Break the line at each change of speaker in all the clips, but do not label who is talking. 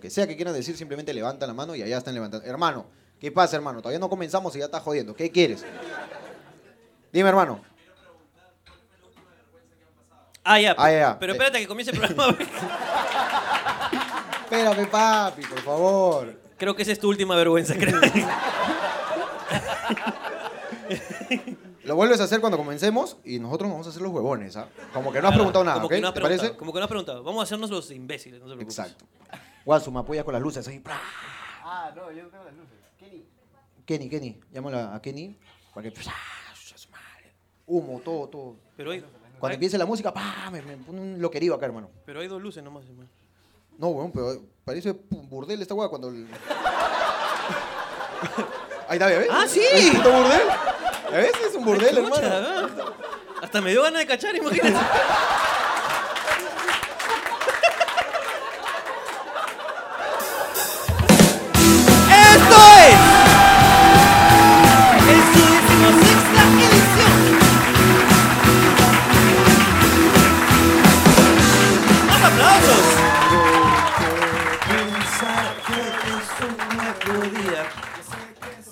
que sea que quieran decir, simplemente levantan la mano y allá están levantando. Hermano, ¿qué pasa, hermano? Todavía no comenzamos y ya estás jodiendo. ¿Qué quieres? Dime, hermano.
Ah, ya.
Ah, ya.
Pero espérate que comience el programa.
Espérame, papi, por favor.
creo que esa es tu última vergüenza, creo.
Lo vuelves a hacer cuando comencemos y nosotros vamos a hacer los huevones, ¿ah? Como que no has preguntado nada,
Como
¿ok?
que no has
¿Te
preguntado,
parece?
Como que no has preguntado. Vamos a hacernos los imbéciles, no se preocupes.
Exacto. Guasu, me apoyas con las luces ahí. ¡pra!
Ah, no, yo no tengo las luces. Kenny.
Kenny, Kenny. Llámala a Kenny para que... ¡pra! su madre! Humo, todo, todo.
Pero hay,
Cuando
hay-
empiece la música, ¡pa! Me, me pone un loquerío acá, hermano.
pero hay dos luces nomás, hermano.
No, weón, pero parece pu- burdel esta weá cuando. el- Ahí está, ¿ves?
¡Ah, sí!
¿Es un burdel? ¿Ya ves? Es un burdel,
Chucha,
hermano.
ah. Hasta me dio ganas de cachar, imagínate. ¡Esto es! En su decimosexta edición. ¡Más aplausos!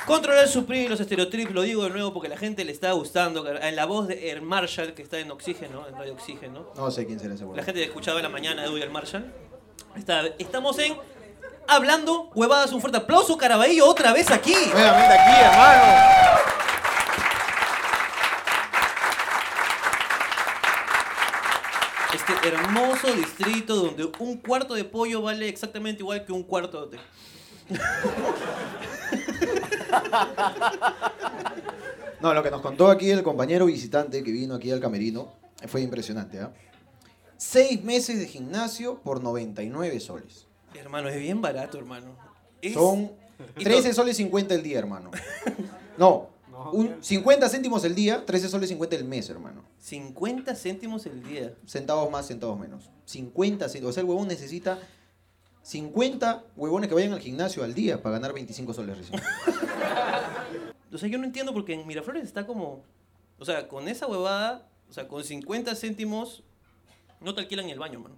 Controlar suprimir los estereotipos, lo digo de nuevo porque la gente le está gustando. car- En la voz de Er Marshall, que está en Oxígeno, en Radio Oxígeno.
No sé quién será ese
La
weón.
gente que escuchaba en la mañana de Duyal Marshall. Está- estamos en Hablando Huevadas. Un fuerte aplauso, Caraballo, otra vez aquí.
Nuevamente aquí, hermano.
Este hermoso distrito donde un cuarto de pollo vale exactamente igual que un cuarto de hotel.
No, lo que nos contó aquí el compañero visitante que vino aquí al camerino fue impresionante, ¿ah? Seis meses de gimnasio por 99 soles.
Hermano, es bien barato, hermano. Es-
Son
Y
13
to-
soles 50 el día, hermano. No, un 50 céntimos el día, 13 soles 50 el mes, hermano.
50 céntimos el día.
centavos más, centavos menos. 50 centavos. O sea, el huevón necesita 50 huevones que vayan al gimnasio al día para ganar 25 soles recién.
O sea, yo no entiendo porque en Miraflores está como. O sea, con esa huevada, o sea, con 50 céntimos, no te alquilan el baño, mano.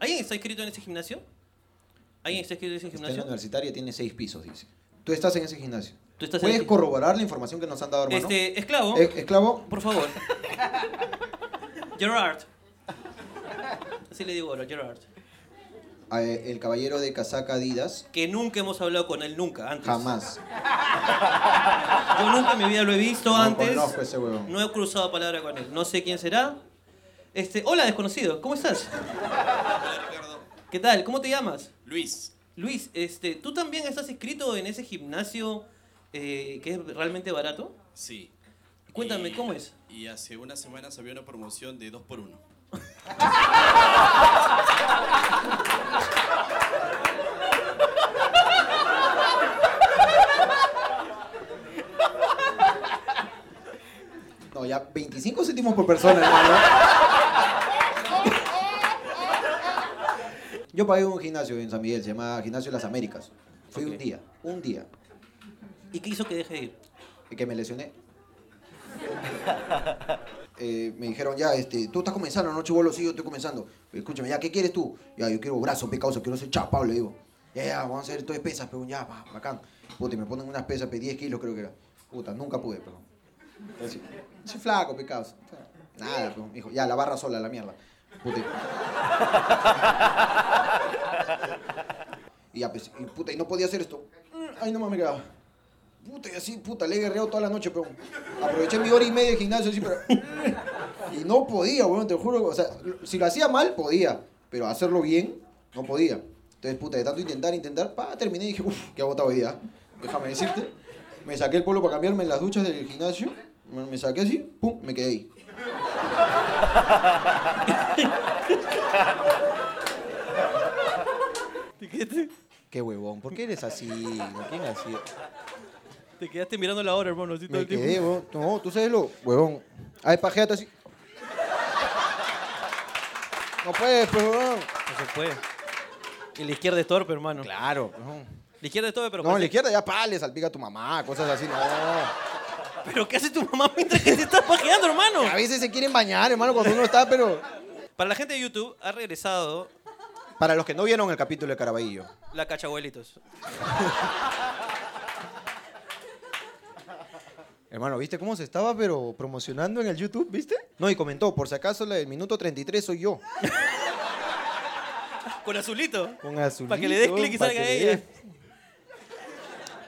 ¿Alguien está inscrito en ese gimnasio? ¿Alguien está inscrito en ese
Está en la
gimnasio?
universitaria, tiene 6 pisos, dice. Tú estás en ese gimnasio.
Tú estás en
¿Puedes
ese-
corroborar la información que nos han dado, hermano?
Este, esclavo,
Eh, esclavo,
por favor. Gerard. Así le digo ahora, Gerard.
eh, el caballero de casaca Adidas,
Que nunca hemos hablado con él, nunca, antes.
jamás.
Yo nunca en mi vida lo he visto
No
antes.
conozco a ese huevón.
No he cruzado palabra con él. No sé quién será. Este, hola, desconocido. ¿Cómo estás?
Hola, Ricardo.
¿Qué tal? ¿Cómo te llamas?
Luis,
Luis, este, ¿tú también estás inscrito en ese gimnasio eh, que es realmente barato?
sí.
Cuéntame,
Y-
¿cómo es?
Y hace unas semanas había una promoción de 2 por 1
No, ya 25 céntimos por persona, hermano. Yo pagué un gimnasio en San Miguel, se llama Gimnasio Las Américas. Fui un
Ok.
día, un día,
¿Y qué hizo que deje de ir?
que me lesioné. Eh, me dijeron, ya, este, tú estás comenzando, no chivolo, sí, yo estoy comenzando. Escúchame, ya, ¿qué quieres tú? Ya, yo quiero brazos, pecados, quiero ser chapado, le digo. Ya, ya, vamos a hacer todas pesas, pero ya, va, bacán. Puta, y me ponen unas pesas, pe, 10 kilos creo que era. Puta, nunca pude, pero. Soy soy flaco, pecados. Nada, pero, hijo, ya, la barra sola, la mierda. Puta. y- Y ya, pues, y, puta, y no podía hacer esto. Mm, Ahí nomás me quedaba. Puta, y así, puta, le he guerreado toda la noche, pero aproveché mi hora y media de gimnasio, así, pero... Y no podía, weón, te lo juro. O sea, lo- si lo hacía mal, podía, pero hacerlo bien, no podía. Entonces, puta, de tanto intentar, intentar, pa, terminé y dije, uff, qué agotado hoy día. Déjame decirte. Me saqué el polo para cambiarme en las duchas del gimnasio. Me me saqué así, pum, me quedé ahí.
¿Te quedaste,
Qué huevón, ¿por qué eres así? ¿Quién así?
te quedaste mirando la hora, hermano, así todo
Me
el tiempo.
quedé, huevón. No, tú sabes lo, huevón. Ay, pajeate así. No puedes, pues, huevón.
No se puede. Y la izquierda es torpe, hermano.
Claro, huevón.
La izquierda es torpe, pero,
No, en la
parece-
izquierda ya pales, salpica a tu mamá, cosas así, no.
pero ¿qué hace tu mamá mientras que te estás pajeando, hermano?
A veces se quieren bañar, hermano, cuando uno está, pero.
Para la gente de YouTube, ha regresado
Para los que no vieron el capítulo de Caraballo.
La cachabuelitos.
Hermano, ¿viste cómo se estaba pero promocionando en el YouTube, viste? No, y comentó, por si acaso la del minuto 33 soy yo.
Con azulito.
Con azulito.
Para que le des clic y
pa'
salga
que le
ella.
des.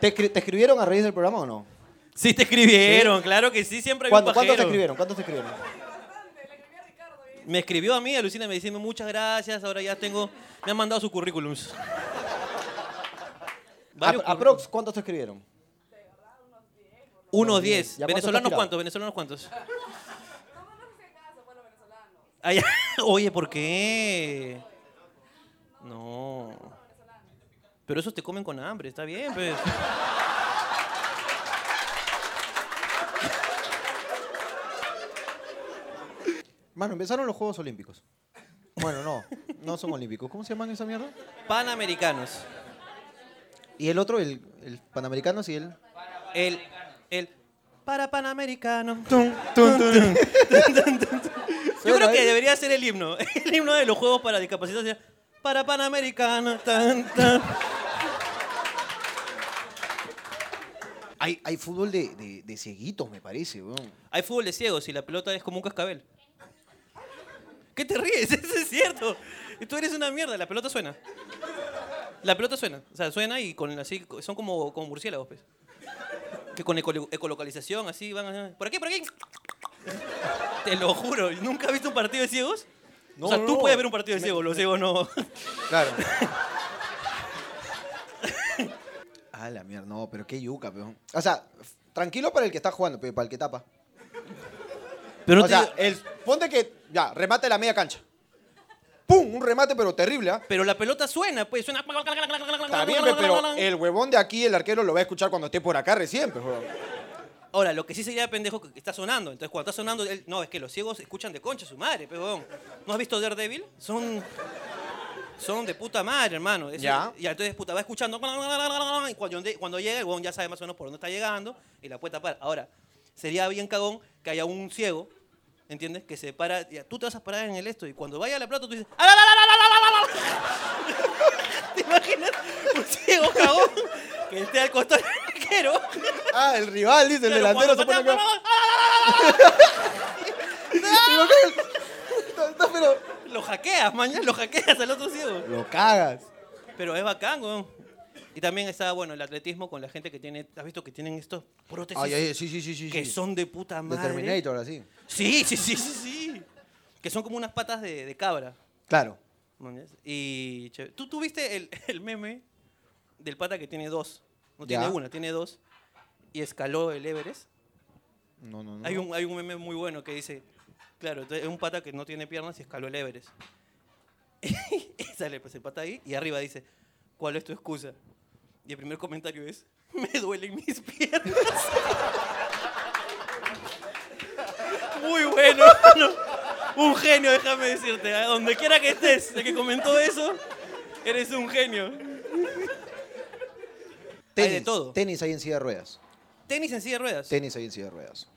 ¿Te, escri- te escribieron a raíz del programa o no?
Sí te escribieron, claro que sí, siempre hay un
¿Cuánto-
pajero.
¿Cuántos te escribieron? ¿Cuántos te escribieron?
Me escribió a mí, Alucina, me diciendo muchas gracias, ahora ya tengo... Me han mandado sus currículums. Varios
A-
currículums.
Aprox, ¿cuántos te escribieron?
Unos 10.
¿Ya cuántos
¿Venezolanos
has
cuántos? ¿Venezolanos cuántos? Ah, ya. Oye, ¿por qué? No. Pero esos te comen con hambre, está bien, pues.
Mano, empezaron los Juegos Olímpicos. Bueno, no, no son olímpicos. ¿Cómo se llaman esa mierda?
Panamericanos.
Y el otro, el, el panamericano, sí, el.
El, el para panamericano. Yo creo que debería ser el himno. El himno de los juegos para discapacitados. sería, Para panamericano. Tan, tan.
Hay, hay fútbol de, de, de cieguitos, me parece, weón.
Hay fútbol de ciegos y la pelota es como un cascabel. ¿Qué te ríes? Eso es cierto. Tú eres una mierda. La pelota suena. La pelota suena. O sea, suena y con así son como, como murciélagos, pues. Que con eco- ecolocalización así van a- por aquí, por aquí. Te lo juro, nunca he visto un partido de ciegos.
No,
o sea,
no,
tú
no.
puedes ver un partido de
Me-
ciegos, los ciegos no.
Claro. ah, la mierda, no, pero qué yuca, peón. O sea, f- tranquilo para el que está jugando, pe, para el que tapa.
Pero
o sea, el, ponte que, ya, remate la media cancha. ¡Pum! Un remate, pero terrible, ¿ah?
pero la pelota suena, pues suena.
Está bien, pe, pero el huevón de aquí, el arquero, lo va a escuchar cuando esté por acá recién, pe, huevón.
Ahora, lo que sí sería pendejo que está sonando. Entonces, cuando está sonando, él- no, es que los ciegos escuchan de concha su madre, pegón. ¿No has visto Daredevil? Son. Son de puta madre, hermano. Eso-
Ya.
Y entonces, puta, va escuchando. Y cuando, cuando llega, el huevón ya sabe más o menos por dónde está llegando y la puede tapar. Ahora, sería bien cagón que haya un ciego, ¿entiendes? Que se para. ya, tú te vas a parar en el esto y cuando vaya a la plata, tú dices. "Ah, la, la, la, la, la, la, la, la". ¿Te imaginas? Un ciego cagón que esté al costado del arquero.
Ah, el rival, dice, el
Claro,
delantero se
cuando
pone
patea,
acá.
¡ah, la, la, la, la!
Está- está, pero-
Lo hackeas, mañana lo hackeas al otro ciego.
Lo cagas.
Pero es bacán, weón. Y también está, bueno, el atletismo con la gente que tiene. ¿Has visto que tienen estos prótesis
Ay, ay, sí, sí, sí, sí.
que
sí.
son de puta
De
madre?
Terminator, así.
Sí, sí, sí, sí, sí. Que son como unas patas de, de cabra.
Claro.
¿mañas? Y. che- ¿Tú tuviste el, el meme del pata que tiene dos? No
Ya.
tiene una, tiene dos. Y escaló el Everest.
No, no, no.
Hay un, hay un meme muy bueno que dice, claro, entonces, es un pata que no tiene piernas y escaló el Everest. y sale pues el pata ahí y arriba dice, ¿cuál es tu excusa? Y el primer comentario es, me duelen mis piernas. muy bueno, hermano. Un genio, déjame decirte. A donde quiera que estés, el que comentó eso, eres un genio.
tenis,
hay de todo.
Tenis ahí en silla de ruedas.
Tenis en silla de ruedas.
Tenis ahí en silla de ruedas.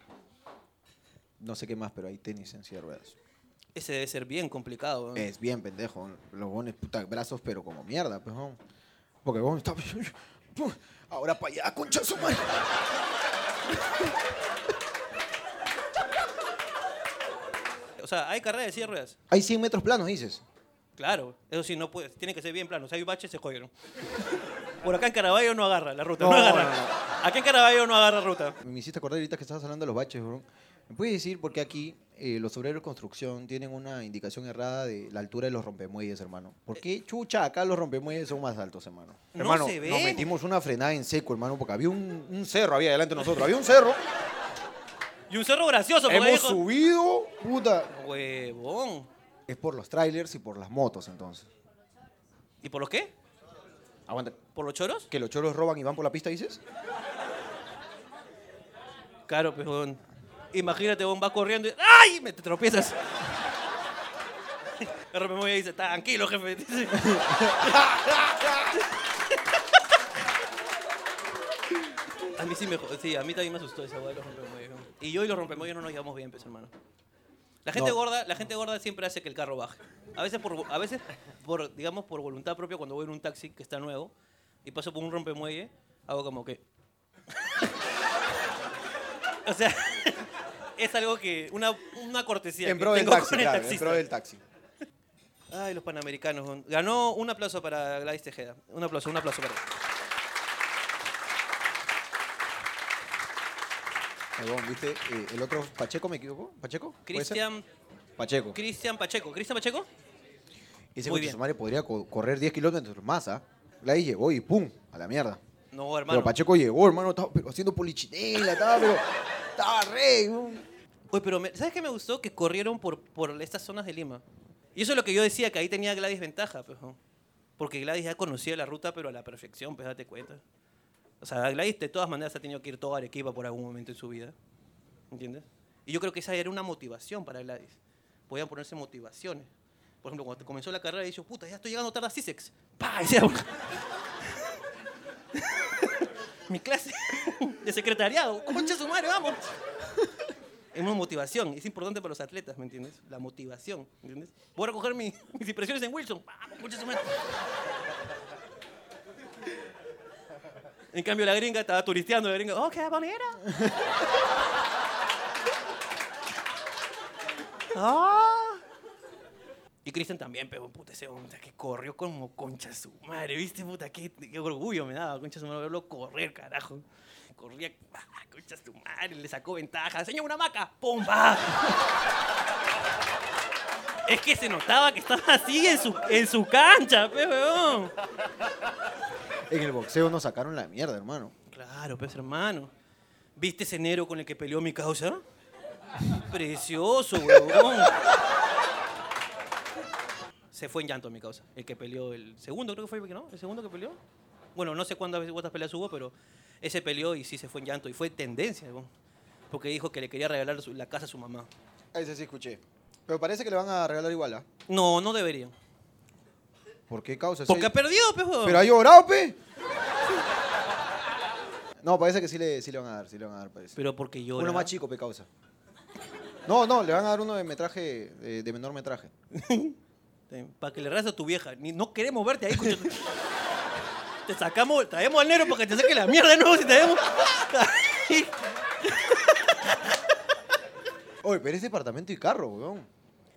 No sé qué más, pero hay tenis en silla de ruedas.
Ese debe ser bien complicado. ¿no?
Es bien pendejo. Los bones, puta, brazos, pero como mierda, pues, ¿no? Porque vos está. Pum, Ahora para allá, concha de su madre.
O sea, hay carrera de silla de ruedas.
Hay 100 metros planos, dices.
Claro, eso sí, no puede, tiene que ser bien plano. Si hay baches, se jodieron. Por acá en Caraballo no agarra la ruta, no,
No,
agarra.
no,
Aquí en Caraballo no agarra ruta.
Me hiciste acordar ahorita que estabas hablando de los baches, bro. ¿Me puedes decir por qué aquí eh, los obreros de construcción tienen una indicación errada de la altura de los rompemuelles, hermano? ¿Por qué, chucha, acá los rompemuelles son más altos, hermano?
No
hermano,
se ven.
nos metimos una frenada en seco, hermano, porque había un, un cerro, había delante de nosotros, había un cerro.
Y un cerro gracioso, porque
Hemos
dijo,
subido, puta.
huevón.
Es por los trailers y por las motos, entonces.
¿Y por los qué?
Aguanta.
¿Por los choros?
¿Que los choros roban y van por la pista, dices?
Claro, pues, huevón. Imagínate, huevón, vas corriendo y ¡ay! Me te tropiezas. De repente me voy y dice, tranquilo, jefe. A mí sí me jod- sí, a mí también me asustó esa hueá de los rompemuelles. ¿no? Y yo y los rompemuelles no nos llevamos bien, pues, hermano. La gente
No.
gorda, la gente gorda siempre hace que el carro baje. A veces por a veces por digamos por voluntad propia cuando voy en un taxi que está nuevo y paso por un rompemuelle, hago como que O sea, es algo que una, una cortesía
En
que
pro del
tengo
taxi,
con el
claro, en
taxista.
pro del taxi.
Ay, los panamericanos. weón. Ganó un aplauso para Gladys Tejeda. Un aplauso, un aplauso para ella.
Huevón, ¿viste? Eh, el otro, Pacheco, ¿me equivoco? ¿Pacheco? ¿Puede ser?
Cristian
Pacheco.
Cristian Pacheco. ¿Cristian Pacheco?
Ese
Muy
coche
bien.
su madre podría co- correr 10 kilómetros más, ¿ah? La llegó y ¡pum! A la mierda.
No, hermano.
Pero Pacheco llegó, hermano, estaba pero haciendo polichinela, estaba, pero. Estaba re. weón.
Oye, pero me- ¿sabes qué me gustó? Que corrieron por, por estas zonas de Lima. Y eso es lo que yo decía, que ahí tenía Gladys ventaja, pues, ¿no? Porque Gladys ya conocía la ruta, pero a la perfección, pues date cuenta. O sea, Gladys de todas maneras ha tenido que ir toda Arequipa por algún momento en su vida. ¿Entiendes? Y yo creo que esa era una motivación para Gladys. Podían ponerse motivaciones. Por ejemplo, cuando comenzó la carrera, dijo, puta, ya estoy llegando tarde a CISEX. ¡Pah! Decía, Mi clase de secretariado. ¡Concha su madre, vamos! Es una motivación, es importante para los atletas, ¿me entiendes? La motivación, ¿me ¿entiendes? Voy a recoger mi- mis impresiones en Wilson. ¡Vamos, concha de su madre! En cambio, la gringa estaba turisteando, la gringa, ¡oh, qué bonita! ¡Ah! Y Cristian también, pero puta, ese hombre que corrió como concha de su madre, ¿viste? Puta, qué, qué orgullo me daba, concha de su madre, verlo correr, carajo. Corría, ¡ah, concha de su madre, le sacó ventaja. ¡Señor, una maca! ¡Pumba! Es que se notaba que estaba así en su, en su cancha, pe, weón.
En el boxeo nos sacaron la mierda, hermano.
Claro, pues hermano. ¿Viste ese negro con el que peleó mi causa? Precioso, huevón. Se fue en llanto mi causa. El que peleó el segundo, creo que fue, ¿no? El segundo que peleó. Bueno, no sé cuántas veces cuántas peleas hubo, pero ese peleó y sí se fue en llanto. Y fue tendencia, huevón. Porque dijo que le quería regalar su- la casa a su mamá.
A ese sí escuché. Pero parece que le van a regalar igual, ¿ah?
No, no debería.
¿Por qué causa?
Porque
Sí.
ha perdido, pues, huevón.
Pero ha llorado, pe. No, parece que sí le, sí le van a dar, sí le van a dar, parece.
Pero porque yo.
Uno más chico, pe causa. No, no, le van a dar uno de metraje, eh, de, de menor metraje.
Para que le regalas a tu vieja. Ni- no queremos verte ahí. coño. te sacamos, traemos al negro para que te saque la mierda de nuevo si te vemos.
Oye, pero es departamento y carro, weón.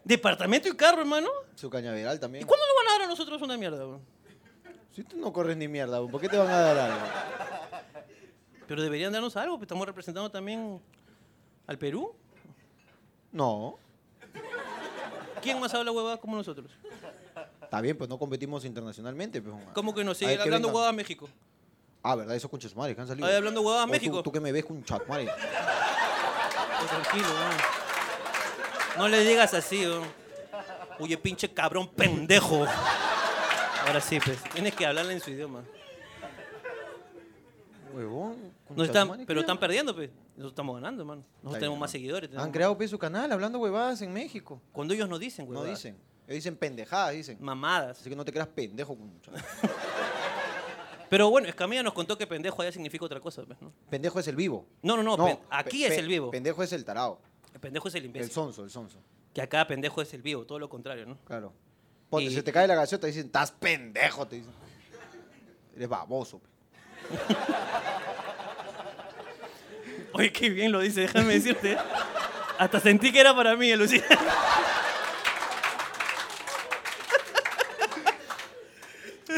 Departamento y carro, hermano.
Su cañaveral
¿Y
también.
cuándo nos van a dar a nosotros una mierda, weón?
Si tú no corres ni mierda, weón, ¿por qué te van a dar algo?
Pero deberían darnos algo, porque estamos representando también al Perú.
No.
¿Quién más habla huevada como nosotros?
Está bien, pues no competimos internacionalmente, pues.
¿Cómo que nos
Ahí
sigue
que
hablando
vengan.
huevada a México?
Ah, verdad, esos conches madres que han salido.
Ahí hablando huevadas,
Oh, tú-
México.
¿Tú, que me ves con chacmare.
Pues tranquilo, weón. No le digas así, weón. Oye, pinche cabrón pendejo. Ahora sí, pues. Tienes que hablarle en su idioma.
Huevón.
No
conchas
están,
madres,
pero
¿qué?
están perdiendo, pues. Nosotros estamos ganando, hermano. Nosotros
Está bien,
tenemos más
hermano.
seguidores. tenemos
Han
más-
creado pues, su canal hablando huevadas en México.
Cuando ellos nos dicen, güey.
No dicen. Ellos dicen pendejadas, dicen.
Mamadas.
Así que no te creas pendejo, concha.
Pero bueno, Escamilla nos contó que pendejo allá significa otra cosa, pues, ¿no?
Pendejo es el vivo.
No, no, no. pen- aquí
pe-
es
pe-
el vivo.
Pendejo es el tarado.
El pendejo es el imbécil.
El sonso, el sonso.
Que acá pendejo es el vivo, todo lo contrario, ¿no?
Claro. Ponte,
Y-
se te cae la gaseota y dicen, estás pendejo, te dicen. Eres baboso. pues. pe.
Oye, qué bien lo dice, déjame decirte. Hasta sentí que era para mí, Lucía.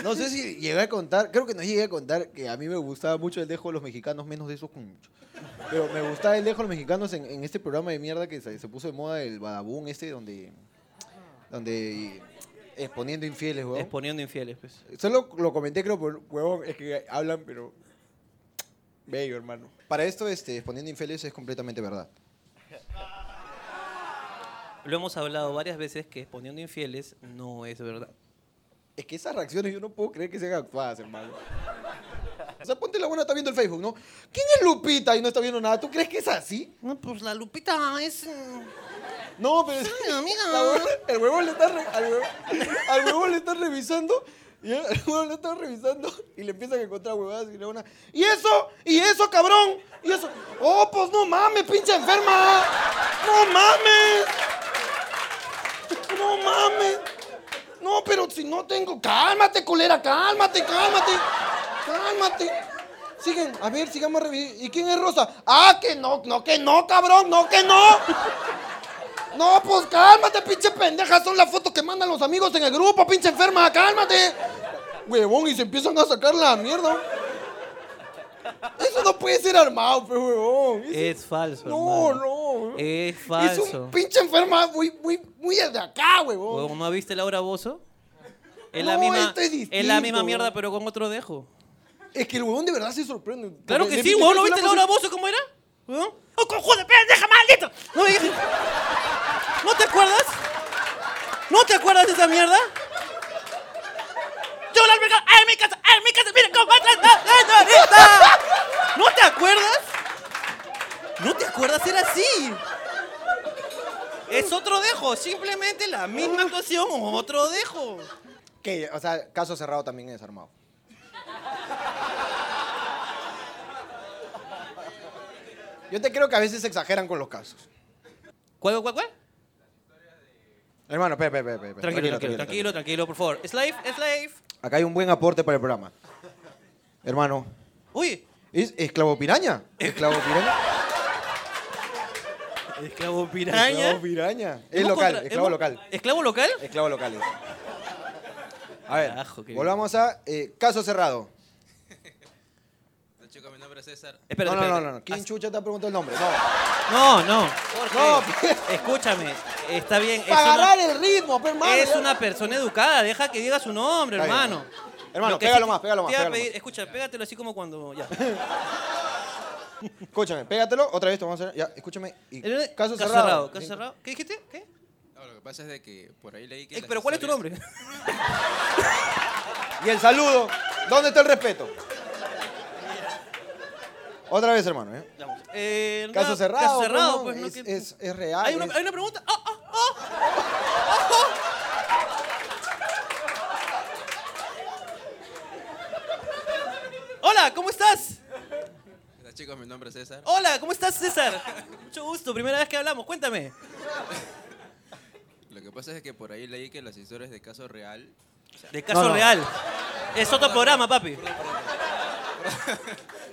No sé si llegué a contar, creo que no llegué a contar que a mí me gustaba mucho el dejo de los mexicanos, menos de esos mucho. Pero me gustaba el dejo de los mexicanos en, en este programa de mierda que se, se puso de moda el Badabun este donde donde exponiendo infieles, weón.
Exponiendo infieles, pues.
Solo lo comenté creo por huevón, es que hablan pero bello, hermano. Para esto este exponiendo infieles es completamente verdad.
Lo hemos hablado varias veces que exponiendo infieles no es verdad.
Es que esas reacciones yo no puedo creer que sean actuadas, hermano. O sea, ponte la buena, está viendo el Facebook, ¿no? ¿Quién es Lupita y no está viendo nada? ¿Tú crees que es así?
No, pues la Lupita es.
No, pero es-
Ay, amiga.
la huevona- el huevón le está re- al, huevón, al huevón le está revisando y el huevón le está revisando y le empiezan a encontrar huevadas y le van a y eso y eso cabrón y eso oh pues no mames pinche enferma no mames No mames. No, pero si no tengo. Cálmate, colera, cálmate, cálmate. Cálmate. Siguen, a ver, sigamos revisando. ¿Y quién es Rosa? Ah, que no, no, que no, cabrón, no, que no. No, pues cálmate, pinche pendeja. Son las fotos que mandan los amigos en el grupo, pinche enferma, cálmate. Huevón, y se empiezan a sacar la mierda. Eso no puede ser armado, pero huevón. Eso-
Es falso.
no,
hermano.
no.
Es
Es un
falso.
pinche enferma muy, muy, muy de acá, huevón.
Huevón, ¿No viste Laura Bozo? Es,
No,
la misma,
esto es
es la misma
distinto.
mierda, pero con otro dejo.
Es que el huevón de verdad se sorprende.
Claro
Porque le
que sí,
pide
huevón. ¿No
que
viste
la
Laura
voz-
Bozo cómo era? ¿Huevón? ¡Oh, cojo de pendeja, maldito! ¿No, me- ¿No te acuerdas? ¿No te acuerdas de esa mierda? Yo la albergaba en mi casa, en mi casa, mira cómo está la señorita. ¿No te acuerdas? ¿No te acuerdas? Era así. Es otro dejo, simplemente la misma actuación, otro dejo.
Que, o sea, caso cerrado también es armado. Yo te creo que a veces exageran con los casos.
¿Cuál, cuál, cuál?
Hermano, espera, espera, espera. espera.
Tranquilo, tranquilo, tranquilo, tranquilo, por favor. Slave, slave.
Acá hay un buen aporte para el programa. Hermano,
Uy,
¿es esclavo piraña? ¿Esclavo piraña?
esclavo
Esclavo
piraña.
piraña. Es
Hemos
local,
contra-
esclavo
hemos-
local.
¿Esclavo local?
Esclavos locales. A ver,
Carajo, qué bien.
volvamos a eh, caso cerrado.
Hola, chicos, mi nombre es César.
Espérate,
no, no, no,
espérate.
no, no. ¿Quién
As-
chucha te ha preguntado el nombre? No.
No, no. Jorge,
No.
escúchame. Está bien. Es
Para agarrar
una,
el ritmo, pe, hermano.
es
ya.
una persona educada. Deja que diga su nombre,
Está bien.
hermano.
Hermano,
Lo que
pégalo
sí
más, pégalo más,
Te iba a
pégalo
pedir-
más.
escucha, pégatelo así como cuando. Ya.
Escúchame, pégatelo. Otra vez, te vamos a hacer. Ya, escúchame. y
El-
caso, cerrado.
Caso cerrado. ¿Qué dijiste? ¿Qué?
No, lo que pasa es de que por ahí leí que.
Eh,
las
pero ¿cuál es tu
historias-
nombre?
Y el saludo. ¿Dónde está el respeto? Otra vez, hermano. ¿eh?
Eh,
Caso
nada,
cerrado.
Caso cerrado,
hermano,
pues no
es,
que-
es- es real.
Hay una,
es-
hay una pregunta. ¡Ah, ah, ah! ah! Hola, ¿cómo estás?
Hola, chicos, mi nombre es César.
Hola, ¿cómo estás, César? Mucho gusto, primera vez que hablamos, cuéntame.
Lo que pasa es que por ahí leí que las historias de caso real.
De caso
No, no.
real. Es otro programa, papi.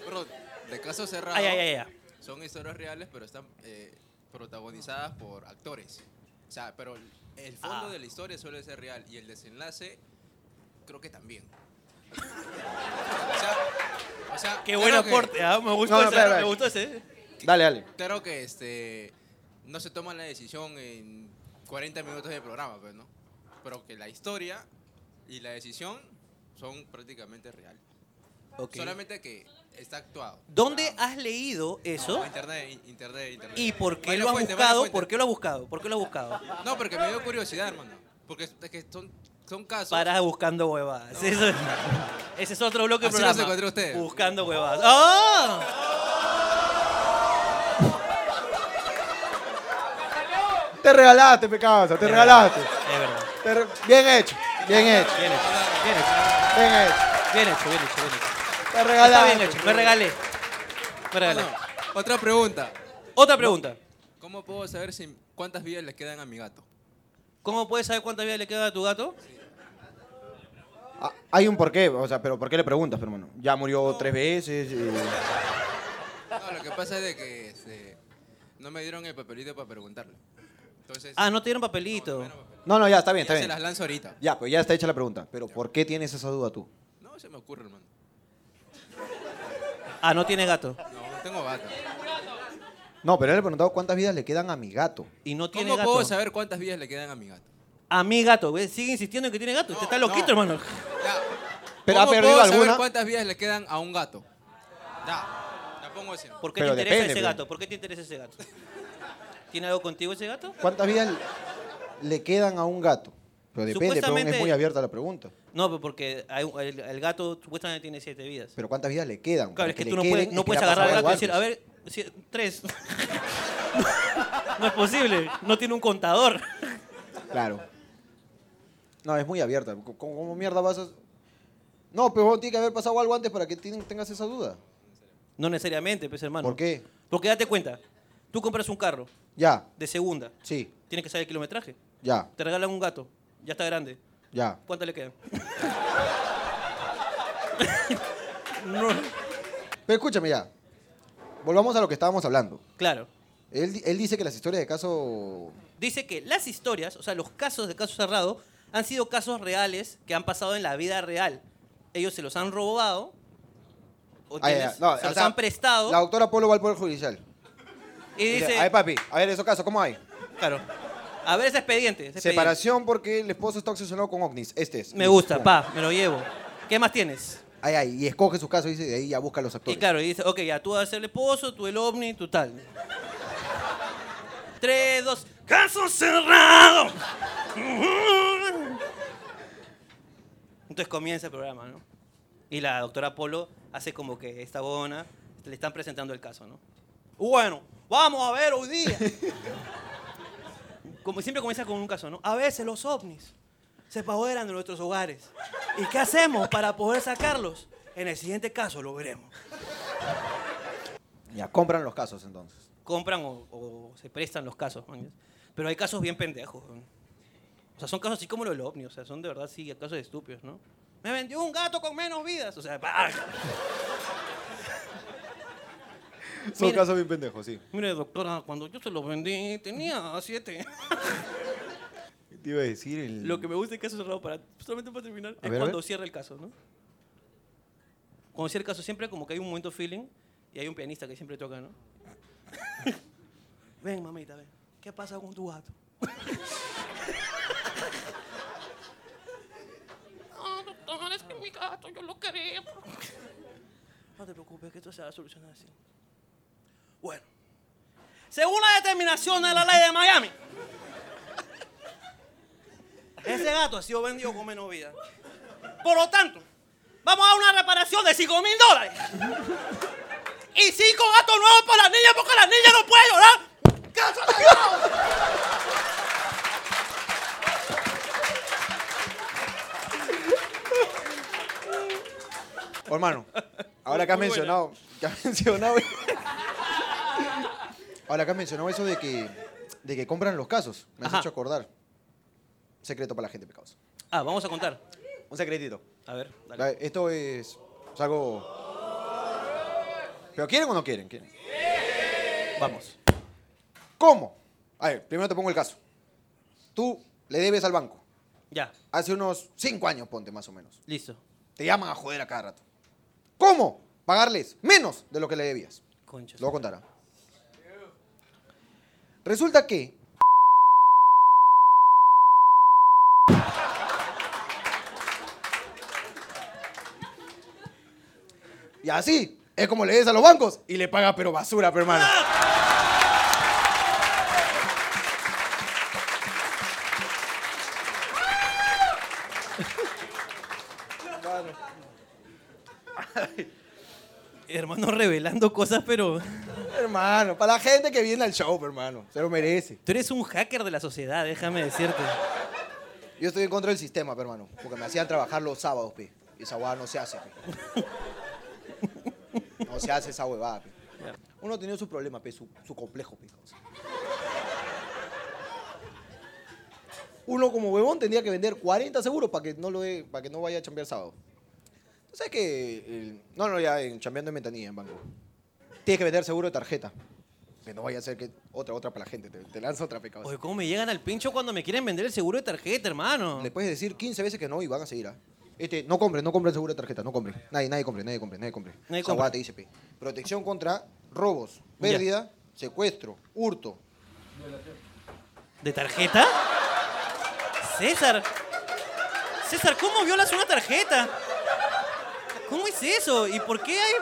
Perdón, de caso cerrado.
Ay, ay, ay, ay.
Son historias reales, pero están eh, protagonizadas por actores. O sea, pero el- el fondo
Ah.
de la historia suele ser real y el desenlace creo que también. o sea, o sea,
Qué
claro
buen
que-
aporte, ah, me gustó
No, no,
ese,
espera, espera.
me gustó ese. eh.
Dale, dale.
Claro que este no se toma la decisión en 40 minutos de programa, pues, ¿no? Pero que la historia y la decisión son prácticamente real.
Ok.
Solamente que está actuado.
¿Dónde has leído eso?
Internet, in- internet, internet. pues,
¿Y por qué
Buena
lo has
fuente,
buscado?
buena
¿Por
fuente.
qué lo has buscado? ¿Por qué lo has buscado?
No, porque me dio curiosidad, hermano. Porque es es que son, son casos.
Para buscando huevadas. Eso es- ese es otro bloque de
Así
programa.
los encontré ustedes.
Buscando huevadas. ¡Ah!
Te regalaste, pecado. Te regalaste.
Es verdad.
Te re- Bien hecho. Bien hecho.
Bien hecho, bien hecho,
Bien hecho.
bien hecho, bien hecho, bien hecho.
Te
Está
regalaste.
bien hecho, me regalé. Me regalé.
Bueno, otra pregunta.
Otra pregunta.
¿Cómo puedo saber si, cuántas vidas le quedan a mi gato?
¿Cómo puedes saber cuánta vida le queda a tu gato?
Ah, Hay un porqué, o sea, pero ¿por qué le preguntas, hermano? Ya murió tres veces. eh.
No, lo que pasa es de que este, no me dieron el papelito para preguntarle. Entonces,
Ah, no te dieron papelito.
No, no, ya está bien,
ya
está
se
bien.
las lanzo ahorita.
Ya, pues ya está hecha la pregunta. Pero ¿por qué tienes esa duda tú?
No se me ocurre, hermano.
Ah, no tiene gato.
No, no tengo gato.
No, pero él le he preguntado cuántas vidas le quedan a mi gato.
Y no tiene
¿Cómo
gato.
puedo saber cuántas vidas le quedan a mi gato?
A mi gato, güey, sigue insistiendo en que tiene gato. Usted está
No,
loquito,
no.
hermano.
Ya.
Pero, ¿ha
¿Cómo
perdido
puedo
alguna?
saber cuántas vidas le quedan a un gato? Ya, la pongo así.
¿Por qué
Pero
te interesa
depende,
ese
pues.
gato? ¿Por qué te interesa ese gato? ¿Tiene algo contigo ese gato?
¿Cuántas vidas le quedan a un gato? Pero depende, pero es
Supuestamente-
muy abierta la pregunta.
No, pero porque hay un- el, el gato supuestamente tiene siete vidas.
Pero ¿cuántas vidas le quedan?
Claro, es
Porque
que
le
tú no
queden
puedes,
es
no
que
puedes
le ha
agarrar al
pasado
gato y decir,
algo
a ver, si- tres. no es posible, no tiene un contador.
antes. Claro. No, es muy abierta. ¿Cómo, cómo mierda vas a...? No, pero tiene que haber pasado algo antes para que tienen- tengas esa duda.
No necesariamente, pues hermano.
¿Por qué?
Porque date cuenta, tú compras un carro
Ya,
de segunda,
sí.
tienes que saber el kilometraje.
Ya,
Te regalan un gato. Ya está grande.
ya.
¿Cuánto le quedan?
Pero escúchame ya. Volvamos a lo que estábamos hablando.
Claro.
Él, di- él dice que las historias de caso.
Dice que las historias, o sea, los casos de caso cerrado, han sido casos reales que han pasado en la vida real. Ellos se los han robado, o
Ah, ya,
tienes-
ya. No,
se
o
los
sea,
han prestado,
La doctora Polo va al Poder Judicial.
y
Dice,
dice,
a ver, papi, a ver, esos casos, ¿cómo hay?
claro, a ver ese expediente. ese expediente.
Separación porque el esposo está obsesionado con ovnis. Este es.
Me gusta,
Pum.
pa, me lo llevo. ¿Qué más tienes?
Ay, ay, y escoge sus casos y dice, de ahí ya busca a los
Y
actores.
claro, y dice, ok, ya tú vas a ser el esposo, tú el ovni, tú tal. Tres, dos, caso cerrado. Entonces comienza el programa, ¿no? Y la doctora Polo hace como que esta bona le están presentando el caso, ¿no? Bueno, vamos a ver hoy día. Como siempre comienza con un caso, ¿no? A veces los ovnis se apoderan de nuestros hogares. ¿Y qué hacemos para poder sacarlos? En el siguiente caso lo veremos.
Ya, compran los casos entonces.
compran o, o se prestan los casos. man. Pero hay casos bien pendejos. man. O sea, son casos así como los del ovni, o sea, son de verdad sí casos estúpidos, ¿no? Me vendió un gato con menos vidas. O sea, ¡ah!
Son
Mira.
casos bien pendejos, sí.
mire, doctora, cuando yo se los vendí tenía siete.
Te iba a decir el.
Lo que me gusta del caso cerrado, para, solamente para terminar, es
ver, a
cuando
ver.
cierra el caso, ¿no? Cuando cierra el caso, siempre como que hay un momento feeling y hay un pianista que siempre toca, ¿no? ven, mamita, ven. ¿Qué pasa con tu gato?
Ah, doctor, es que mi gato, yo lo quería.
No te preocupes, que esto se va a solucionar así. Bueno, según la determinación de la ley de Miami, ese gato ha sido vendido con menos vida. Por lo tanto, vamos a una reparación de 5 mil dólares. Y 5 gatos nuevos para la niña, porque la niña no puede llorar. ¡Caso cerrado!
Oh, hermano, ahora que has
Muy buena.
mencionado. Que has mencionado. ahora que has mencionado eso de que, de que compran los casos. Me has
Ajá.
hecho acordar. Secreto para la gente pecados.
Ah, vamos a contar.
Un secretito.
A ver,
A ver, Esto es, es algo. ¿Pero quieren o no quieren? ¿Quieren?
Vamos.
¿Cómo? A ver, primero te pongo el caso. Tú le debes al banco.
Ya,
Hace unos cinco años, ponte más o menos.
listo.
Te llaman a joder a cada rato. ¿Cómo? Pagarles menos de lo que le debías.
Concha.
Lo contará. ¿ah? Resulta que. Y así es como le des a los bancos y le paga pero basura, pero hermano.
Hermano revelando cosas, pero...
Hermano, para la gente que viene al show, hermano. Se lo merece.
Tú eres un hacker de la sociedad, déjame decirte.
Yo estoy en contra del sistema, pe, hermano. Porque me hacían trabajar los sábados, pe. Y esa huevada no se hace, pe. No se hace esa huevada, pe. Uno tenía su problema, pe, su, su complejo, pe. causa. Uno como huevón tendría que vender 40 seguros para que no lo dé- para que no vaya a chambear sábado. ¿Tú sabes que el- no, no, ya en chambeando en ventanilla en banco. Tienes que vender seguro de tarjeta. Que no vaya a ser que otra otra para la gente, te, te lanza otra pecado.
Oye, ¿cómo me llegan al pincho cuando me quieren vender el seguro de tarjeta, hermano?
Le puedes decir 15 veces que no y van a seguir. ¿ah? Este, no compre, no compre seguro de tarjeta, no compre. Nadie, nadie compre, nadie compre, nadie compre.
Nadie
Esa
compre.
huevada te dice, pe. Protección contra robos, pérdida, secuestro, hurto.
¿De tarjeta? César. César, ¿cómo violas una tarjeta? ¿Cómo es eso? ¿Y por qué hay...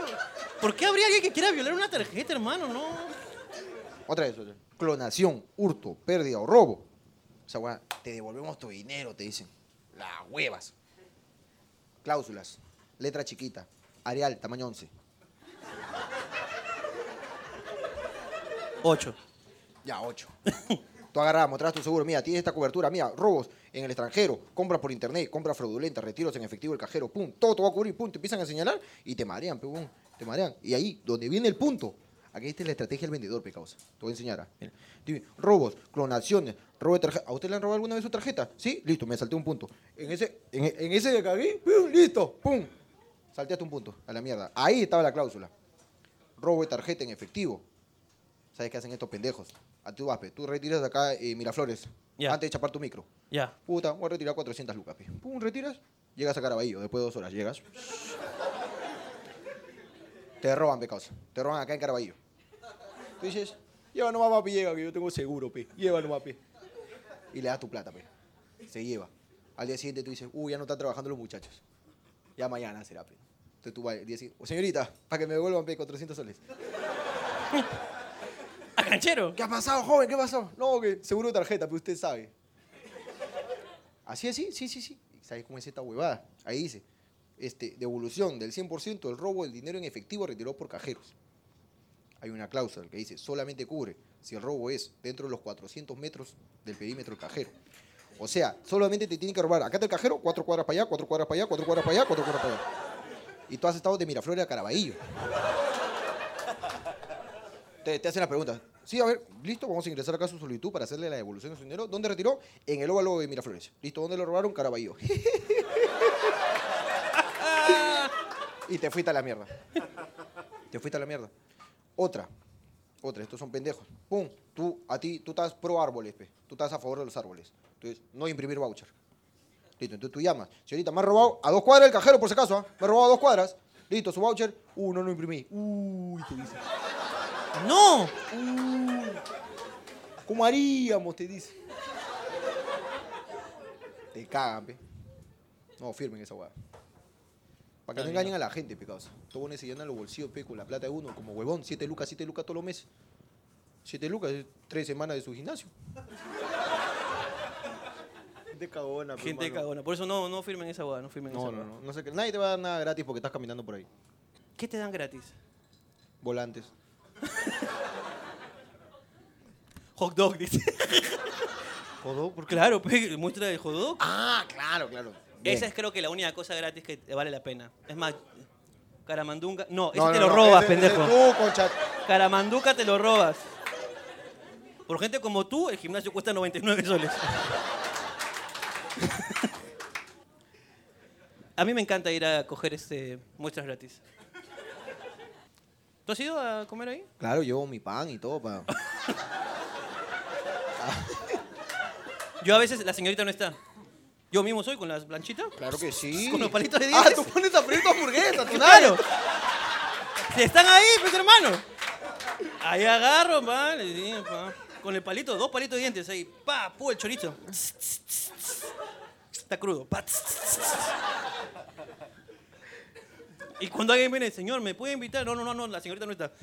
¿Por qué habría alguien que quiera violar una tarjeta, hermano? No.
Otra vez, otra vez. Clonación, hurto, pérdida o robo. Esa huevada, te devolvemos tu dinero, te dicen. Las huevas. Cláusulas, letra chiquita, areal, tamaño 11.
Ocho.
Ya, 8. Tú agarras, mostras tu seguro, mira, tienes esta cobertura, mira, robos en el extranjero, compras por internet, compras fraudulentas, retiros en efectivo del cajero, pum, todo te va a cubrir, pum, te empiezan a señalar y te marean, pum, te marean. Y ahí, donde viene el punto, Aquí está la estrategia del vendedor, pe, causa. Te voy a enseñar. ah. Mira. Dime, robos, clonaciones, robo de tarjeta. ¿A usted le han robado alguna vez su tarjeta? Sí, listo, me salté un punto. En ese, en, en ese que cagué, ¡pum! listo, pum. Salteaste un punto, a la mierda. Ahí estaba la cláusula. Robo de tarjeta en efectivo. ¿Sabes qué hacen estos pendejos? A tu vas, pe. Tú retiras de acá eh, Miraflores
Ya.
antes de chapar tu micro.
Ya.
Puta, voy a retirar 400 lucas, pe. Pum, retiras, llegas a Caraballo, después de dos horas llegas. Te roban, pe causa. Te roban acá en Caraballo. Tú dices, lleva nomás, papi, lleva, que yo tengo seguro, pe. Lleva nomás, pe. Y le das tu plata, pe. Se lleva. Al día siguiente tú dices, uy, ya no están trabajando los muchachos. Ya mañana será, pe. Entonces tú vas y dices, señorita, para que me devuelvan, pe, 400 soles.
¡A canchero!
¿Qué ha pasado, joven? ¿Qué ha pasado? No, que seguro de tarjeta, pero usted sabe. Así, así, sí, sí, sí. ¿Sabes cómo es esta huevada? Ahí dice, este, devolución del 100% del robo del dinero en efectivo retirado por cajeros. Hay una cláusula que dice, solamente cubre si el robo es dentro de los 400 metros del perímetro del cajero. O sea, solamente te tienen que robar. Acá está el cajero, cuatro cuadras para allá, cuatro cuadras para allá, cuatro cuadras para allá, cuatro cuadras para allá. Y tú has estado de Miraflores a Caraballo. Te, te hacen la pregunta. Sí, a ver, listo, vamos a ingresar acá su solicitud para hacerle la devolución de su dinero. ¿Dónde retiró? En el óvalo de Miraflores. Listo, ¿dónde lo robaron? Caraballo. y te fuiste a la mierda. Te fuiste a la mierda. Otra. Otra, estos son pendejos. Pum, tú, a ti, tú estás pro árboles, pe. Tú estás a favor de los árboles. Entonces, no imprimir voucher. Listo, entonces tú llamas. Señorita, me ha robado a dos cuadras el cajero, por si acaso, ¿ah? Me ha robado a dos cuadras. Listo, su voucher. Uh, no, no imprimí. Uy, te dice.
¡No!
¿Cómo Mm. haríamos? Te dice. Te cagan, pe. No, firmen esa hueá. Para que no engañen a la gente, pecados. Todos pones se llenan los bolsillos, pe, con la plata de uno, como huevón. Siete lucas, siete lucas todos los meses. Siete lucas es tres semanas de su gimnasio. Gente cagona, pe,
Gente
mano.
cagona. Por eso no, no firmen esa hueá, no firmen esa
No, no,
hueá.
no. no sé qué- nadie te va a dar nada gratis porque estás caminando por ahí.
¿Qué te dan gratis?
Volantes.
Hot dog, dice.
¿Jodó? ¿Por qué?
claro, pe, muestra de hot dog.
Ah, claro, claro. Bien.
Esa es creo que la única cosa gratis que te vale la pena. Es más, caramandunga... No, ese
No,
te
no,
lo
no,
robas,
ese- ese
pendejo.
Tú, concha.
Caramanduca te lo robas. Por gente como tú, el gimnasio cuesta 99 soles. A mí me encanta ir a coger este, muestras gratis. ¿Tú has ido a comer ahí?
Claro, llevo mi pan y todo para.
Yo a veces, la señorita no está. Yo mismo soy con las planchitas.
Claro que sí.
Con los palitos de
Ah,
dientes.
tú pones a freír tu hamburguesa, tu
¡Claro!
nalga.
Si están ahí, pues hermano. Ahí agarro, man. y, pa, Con el palito, dos palitos de dientes ahí. Pa, pu, el chorizo. Está crudo. Pa. Y cuando alguien viene, señor, ¿me puede invitar? No, no, no, no, la señorita no está.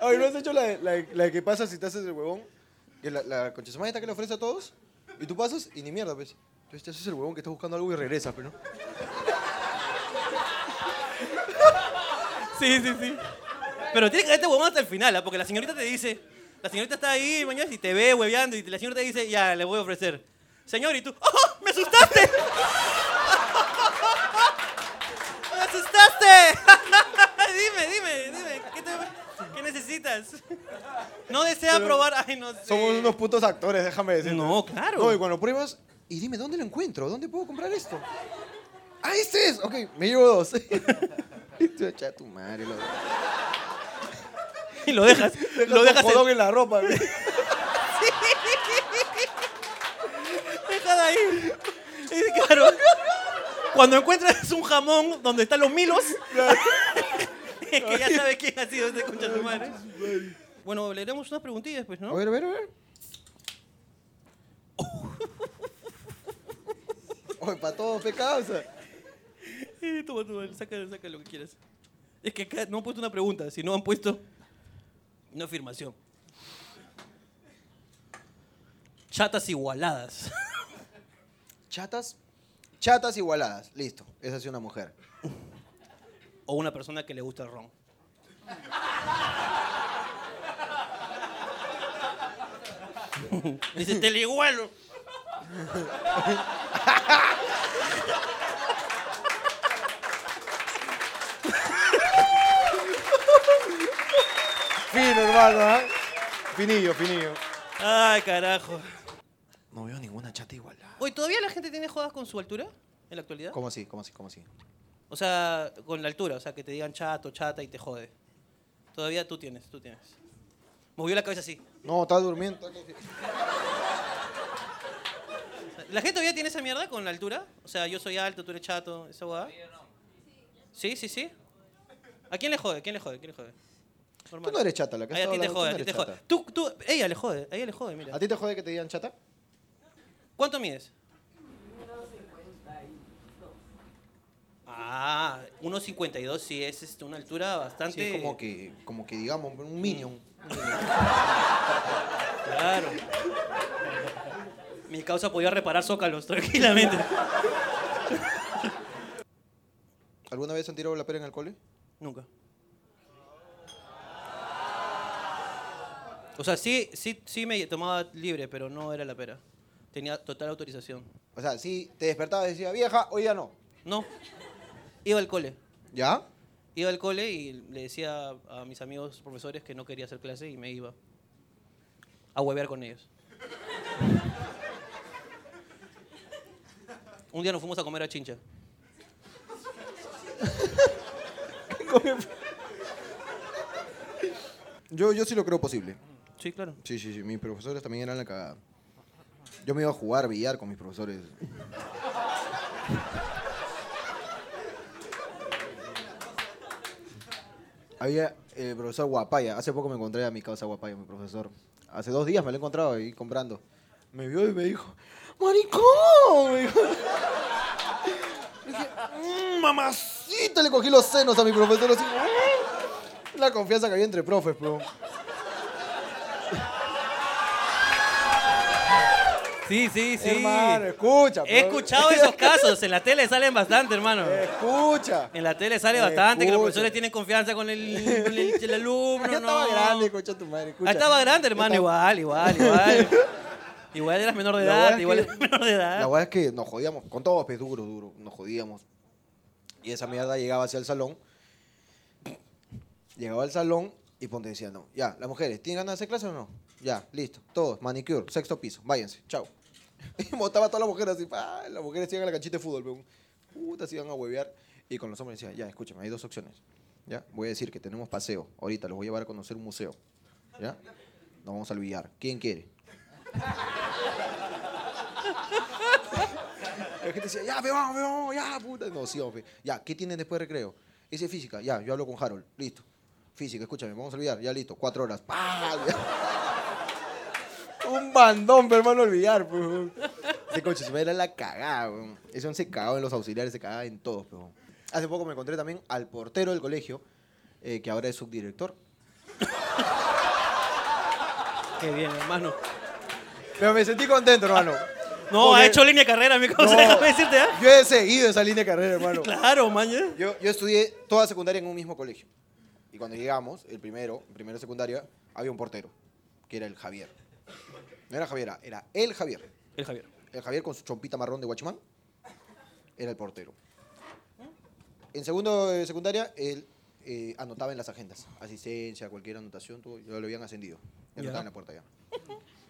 Ay, ¿no has hecho la, de- la, de- la de que pasa si te haces el huevón? Que la, la concha su madre está que le ofrece a todos. Y tú pasas y ni mierda, pues. Entonces te haces el huevón que estás buscando algo y regresas, pero no.
Sí, sí, sí. Pero tiene que darte huevón hasta el final, ¿ah? porque la señorita te dice, la señorita está ahí mañana y te ve hueveando y la señorita te dice, ya, le voy a ofrecer. Señor, y tú, ¡oh, me asustaste! ¡Me asustaste! dime, dime, dime, ¿qué, te- qué necesitas? No desea probar, ay, no sé.
Somos unos putos actores, déjame decir.
No, claro.
No, y cuando pruebas, y dime, ¿dónde lo encuentro? ¿Dónde puedo comprar esto? ¡Ah, este es! Ok, me llevo dos. Tú, Echa tu madre, lo
Y lo dejas, lo dejas
tu
en-
jodón en la ropa, güey.
Déjala ahí. Y claro, cuando encuentras un jamón donde están los milos, es que ya sabes quién ha sido este concha de tu madre. Bueno, le haremos unas preguntillas, pues,
A
¿no?
ver, a ver, a ver. Oye, para todo fe causa.
Eh, toma, toma, saca, saca lo que quieras. Es que acá no han puesto una pregunta, sino han puesto una afirmación. Chatas igualadas.
Chatas. Chatas igualadas. Listo. Esa es una mujer.
O una persona que le gusta el ron. Dice, te le igualo.
fino, hermano, ¿ah? Finillo, finillo.
Ay, carajo.
No veo ninguna chata igualada.
Oye, ¿todavía la gente tiene jodas con su altura en la actualidad?
¿Cómo así? ¿Cómo así? ¿Cómo así?
O sea, con la altura, o sea, que te digan chato, chata y te jode. Todavía tú tienes, tú tienes. Movió la cabeza así.
No, está durmiendo. está-
¿La gente todavía tiene esa mierda con la altura? O sea, yo soy alto, tú eres chato, esa huevada. Sí, sí, sí. ¿A quién le jode? ¿Quién le jode? ¿Quién le jode?
Tú
Normal.
no eres chata, la que
Ay, a
está
ti te
hablando, tú
jode,
no
a ti te
eres
jode.
chata.
Tú, tú, ella le jode, a ella le jode, mira.
¿A ti te jode que te digan chata?
¿Cuánto mides? 1,52. Ah, 1,52 sí es este, una altura
Sí,
bastante.
es como que, como que digamos, un minion.
Claro. Mi causa podía reparar zócalos tranquilamente.
¿Alguna vez han tirado la pera en el cole?
Nunca. O sea, sí, sí, sí me tomaba libre, pero no era la pera. Tenía total autorización.
O sea, si te despertabas y decías, vieja, hoy ya no.
No. Iba al cole.
¿Ya?
Iba al cole y le decía a mis amigos profesores que no quería hacer clase y me iba a huevear con ellos. Un día nos fuimos a comer a Chincha.
Yo, yo sí lo creo posible.
Sí, claro.
Sí, sí, sí. Mis profesores también eran la cagada. Yo me iba a jugar billar con mis profesores. Había el profesor Guapaya. Hace poco me encontré a mi causa Guapaya, mi profesor. Hace dos días me lo he encontrado ahí comprando. Me vio y me dijo, ¡Maricón! Me dijo. Le dije, "Mm, mamacita, le cogí los senos a mi profesor. así, "Mm". La confianza que había entre profes, pero...
Sí, sí, sí.
Hermano, escucha.
He
pero-
escuchado esos casos. En la tele salen bastante, hermano.
Eh,
Escucha.
En la tele sale
Eh,
bastante que los
escucha.
profesores tienen confianza con el, con el- el alumno.
Ya estaba
no.
grande, concha tu madre.
Ah,
escucha.
estaba grande, hermano.
Ya estaba-
Igual, igual, igual. igual eras menor de
La
edad,
verdad
igual
que-
eras menor de edad.
La verdad es que nos jodíamos, con todos, pues duro, duro, nos jodíamos. Y esa mierda llegaba hacia el salón. Llegaba al salón y ponte decía, no, ya, las mujeres, ¿tienen ganas de hacer clase o no? Ya, listo, todos, manicure, sexto piso, váyanse, chao. Y botaba a todas las mujeres así, pa, las mujeres iban a la canchita de fútbol, peón. Puta, se iban a huevear. Y con los hombres decía, ya, escúchame, hay dos opciones. Ya, voy a decir que tenemos paseo, ahorita los voy a llevar a conocer un museo. Ya, nos vamos al billar. ¿Quién quiere? La gente decía, ya, ve, vamos, ve, vamos, ya, puta. No, sí, vamos, pe. Ya, ¿qué tienen después de recreo? Ese física, ya, yo hablo con Harold, listo. Física, escúchame, vamos a olvidar, ya listo, cuatro horas. ¡Pah!
Un bandón, pero hermano, olvidar, pues.
Ese coche se me era la cagada, weón. Ese hombre se cagaba en los auxiliares, se cagaba en todos, pero. Hace poco me encontré también al portero del colegio, eh, que ahora es subdirector.
Qué bien, hermano.
Pero me sentí contento, hermano.
No,
Porque-
ha hecho línea de carrera, mi cosa,
No.
déjame decirte, ¿ah?
Yo he seguido esa línea de carrera, hermano.
Claro, ¿eh? maña.
Yo, yo estudié toda secundaria en un mismo colegio. Y cuando llegamos, el primero, el primero de secundaria, había un portero, que era el Javier. No era Javier, era el Javier.
El Javier.
El Javier con su chompita marrón de Watchman era el portero. En segundo de secundaria, él eh, anotaba en las agendas. Asistencia, cualquier anotación, todo, ya lo habían ascendido.
Ya.
Ya anotaba en la puerta ya.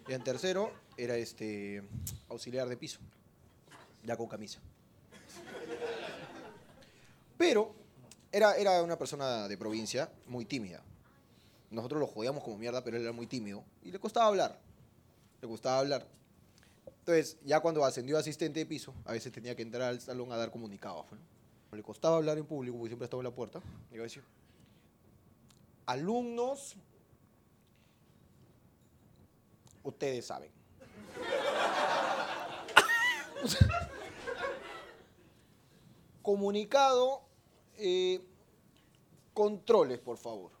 Y en tercero, era este auxiliar de piso. Ya con camisa. Pero era, era una persona de provincia muy tímida. Nosotros lo jodíamos como mierda, pero él era muy tímido. Y le costaba hablar. Le gustaba hablar. Entonces, ya cuando ascendió a asistente de piso, a veces tenía que entrar al salón a dar comunicados. ¿no? Le costaba hablar en público porque siempre estaba en la puerta. Y iba a decir, alumnos, ustedes saben. Comunicado, eh, controles, por favor.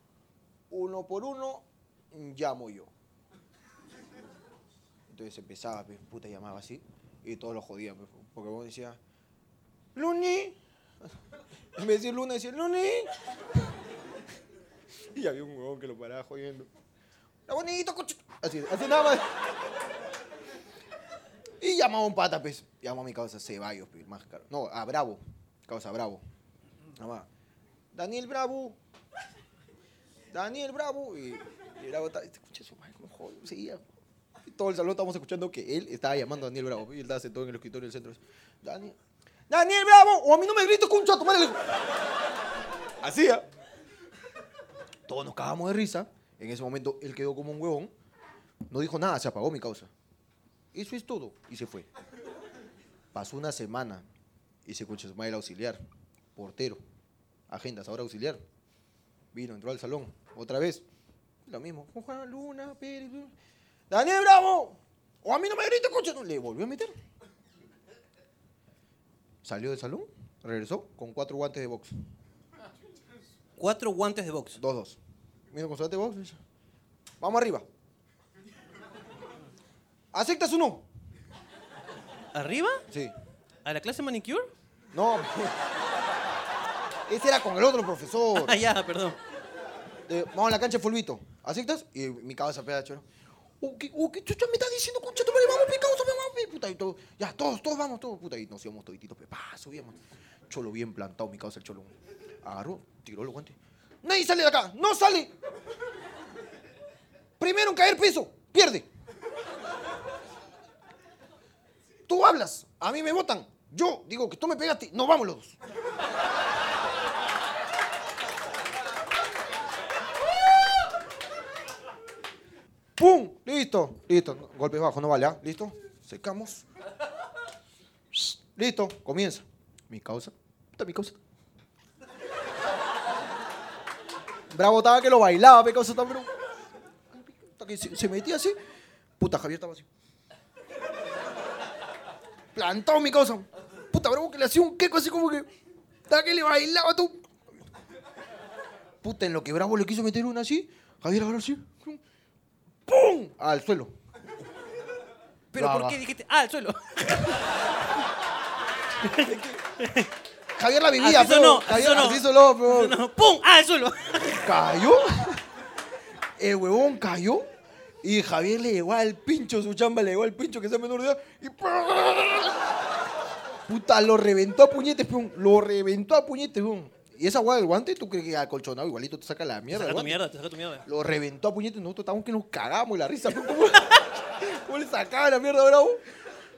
Uno por uno, llamo yo. Entonces empezaba, pues, puta, llamaba así. Y todos lo jodían, pues, porque vos decías, Luni. En vez de decir Luna, decía, Luni. Y había un huevón que lo paraba jodiendo. ¡La bonito, coche! Así, así nada más. Y llamaba a un pata, pues. Llamó a mi causa Ceballos, pues, el más caro. No, a Bravo. Causa Bravo. Nada más. Daniel Bravo. Daniel Bravo. Y Y Bravo estaba, este escucha su madre, cómo jodido, seguía. Y todo el salón estábamos escuchando que él estaba llamando a Daniel Bravo. Y él estaba sentado en el escritorio del centro. Daniel, Daniel Bravo, o a mí no me grites, concha, tu madre. Le dijo. Así, ¿ah? Todos nos cagamos de risa. En ese momento él quedó como un huevón. No dijo nada, se apagó mi causa. Eso es todo. Y se fue. Pasó una semana y se escuchó su madre el auxiliar, portero, agendas, ahora auxiliar. Vino, entró al salón, otra vez. Lo mismo. Con Juan Luna, Pérez. Luna. Daniel Bravo, o a mí no me grita, coche. No, le volvió a meter. Salió del salón, regresó con cuatro guantes de box.
Cuatro guantes de box.
Dos, dos. Vino con su guante de box. y dice, Vamos arriba. ¿Aceptas o no?
¿Arriba?
Sí.
¿A la clase manicure?
No. Ese era con el otro profesor.
Ah, ya, perdón.
Eh, vamos a la cancha de fulbito. ¿Aceptas? Y mi cabeza pega choro. Uh, ¿qué, uh, qué chucha me estás diciendo, concha? Tú me vamos, mi causa, me vamos, pe, puta. Y todo, ya, todos, todos vamos, todos, puta. Y nos íbamos todititos, pe, pa, subíamos. Cholo bien plantado, mi causa, el cholo. Agarró, tiró los guantes. Nadie sale de acá, no sale. Primero en caer peso, pierde. Tú hablas, a mí me votan. Yo digo que tú me pegaste, no vamos los dos. ¡Pum! Listo, listo. Golpes bajos, no vale, ¿ah? ¿Listo? Secamos. Listo, comienza. Mi causa. Puta, mi causa. Bravo estaba que lo bailaba, mi causa estaba, pero- puta, que se, se metía así. Puta, Javier estaba así. Plantado mi causa. Puta, bravo que le hacía un queco así como que. Estaba que le bailaba tú. Puta, en lo que Bravo le quiso meter una así, Javier ahora así. ¡Pum! Al suelo.
¿Pero
Brava.
por qué dijiste? Ah, al suelo.
Javier la vivía,
Así
pero
sonó, así
Javier
sonó.
así sonó, pero
No, ¡Pum! Ah, al suelo.
cayó. El huevón cayó. Y Javier le llegó al pincho, su chamba le llegó al pincho que sea menor de edad. Y puta, lo reventó a puñetes, peón. Lo reventó a puñetes, peón. Y esa guada del guante, ¿tú crees que acolchonado igualito te saca la mierda?
Saca
del
tu
guante?
mierda, te saca tu mierda.
Lo reventó a puñetes. Nosotros estábamos que nos cagamos la risa. ¿Cómo, cómo le sacaba la mierda a Bravo?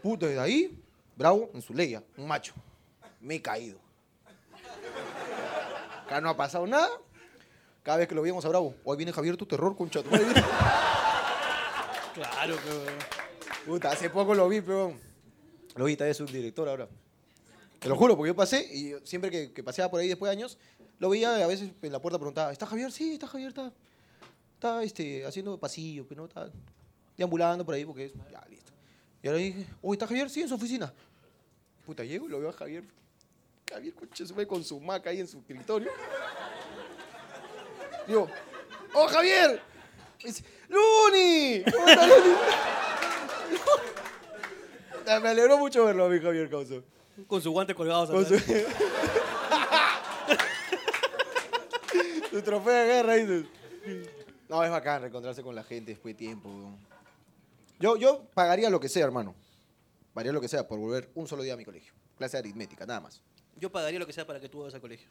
Puta, desde ahí, Bravo, en su leya, un macho. Me he caído. Acá no ha pasado nada. Cada vez que lo veíamos a Bravo, hoy viene Javier tu terror, concha. tu madre".
Claro, pero...
Puta, hace poco lo vi, peón. Lo vi, todavía es un director ahora. Te lo juro, porque yo pasé y yo siempre que, que paseaba por ahí después de años, lo veía y a veces en la puerta preguntaba, ¿está Javier? Sí, está Javier, está, está este, haciendo pasillo, pero no está deambulando por ahí porque es, ya, listo. Y ahora dije, uy, ¿está Javier? Sí, en su oficina. Puta, llego y lo veo a Javier. Javier, concha, se fue con su maca ahí en su escritorio. Digo, ¡oh, Javier! Me dice, ¡Luni! ¿Cómo está Luni? Me alegró mucho verlo a mi Javier Causo.
Con sus guantes colgados.
Con su...
atrás.
su trofeo de guerra, dices. No, es bacán reencontrarse con la gente después de tiempo. weón. Yo, yo pagaría lo que sea, hermano. Pagaría lo que sea por volver un solo día a mi colegio. Clase de aritmética, nada más.
Yo pagaría lo que sea para que tú vayas al colegio.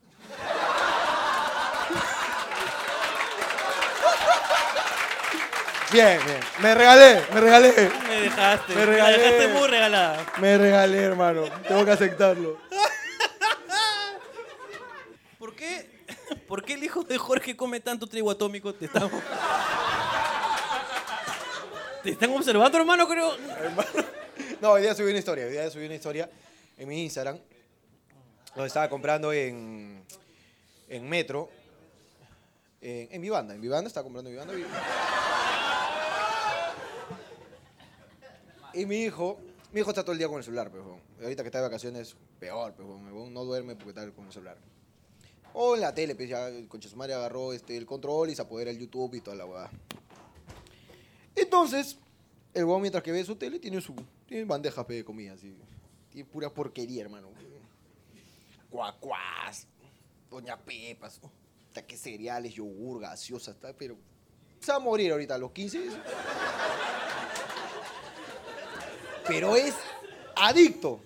Bien, bien. Me regalé, me regalé.
Me dejaste.
Me
Me la dejaste
regalé.
muy regalada.
Me regalé, hermano. Tengo que aceptarlo.
¿Por qué, ¿Por qué el hijo de Jorge come tanto trigo atómico? Te están, te están observando, hermano, creo.
No, hoy día subí una historia. Hoy día subí una historia en mi Instagram. Donde estaba comprando en, en Metro.
Eh, En, en mi banda, en mi banda, estaba comprando mi banda. Y, y mi hijo, mi hijo está todo el día con el celular, pues, weón. Y ahorita que está de vacaciones, peor, pues, weón. El weón no duerme porque está con el celular. O en la tele, pues, ya el concha de su madre agarró este, el control y se apodera el YouTube y toda la weá. Entonces, el weón mientras que ve su tele tiene su tiene bandeja pe, de comida, así. Tiene pura porquería, hermano. Cuacuás, Doña Pepas, puta, qué cereales, yogur, gaseosa, está, pero se va a morir ahorita a los 15. Pero es adicto,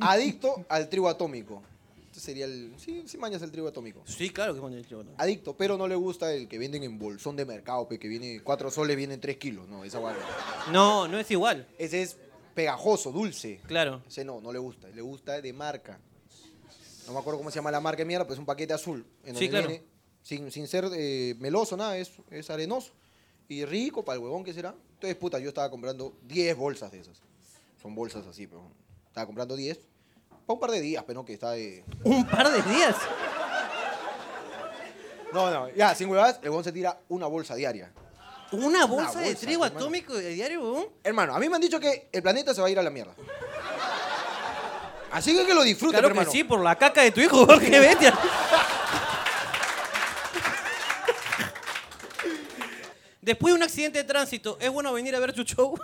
adicto al trigo atómico. Este sería el. Sí, sí mañas el trigo atómico.
Sí, claro que con el chivo, ¿no?
Adicto, pero no le gusta el que venden en bolsón de mercado, pe, que viene cuatro soles, vienen tres kilos. No, esa guarda.
No, no es igual.
Ese es pegajoso, dulce.
Claro.
Ese no, no le gusta. Le gusta de marca. No me acuerdo cómo se llama la marca de mierda, pero es un paquete azul. En donde
Sí, claro.
viene, sin, sin ser eh, meloso, nada, es, es arenoso. Y rico para el huevón que será. Entonces, puta, yo estaba comprando 10 bolsas de esas. Son bolsas así, pero. Estaba comprando 10. Para un par de días, pero no que está de.
Un par de días.
No, no, ya, sin huevadas, el huevón se tira una bolsa diaria.
Una bolsa, de
bolsa,
trigo
hermano.
atómico de diario, huevón.
Hermano, a mí me han dicho que el planeta se va a ir a la mierda. Así que que lo disfruten,
Claro que
hermano.
sí, por la caca de tu hijo, Jorge vete a- Después de un accidente de tránsito, ¿es bueno venir a ver tu show?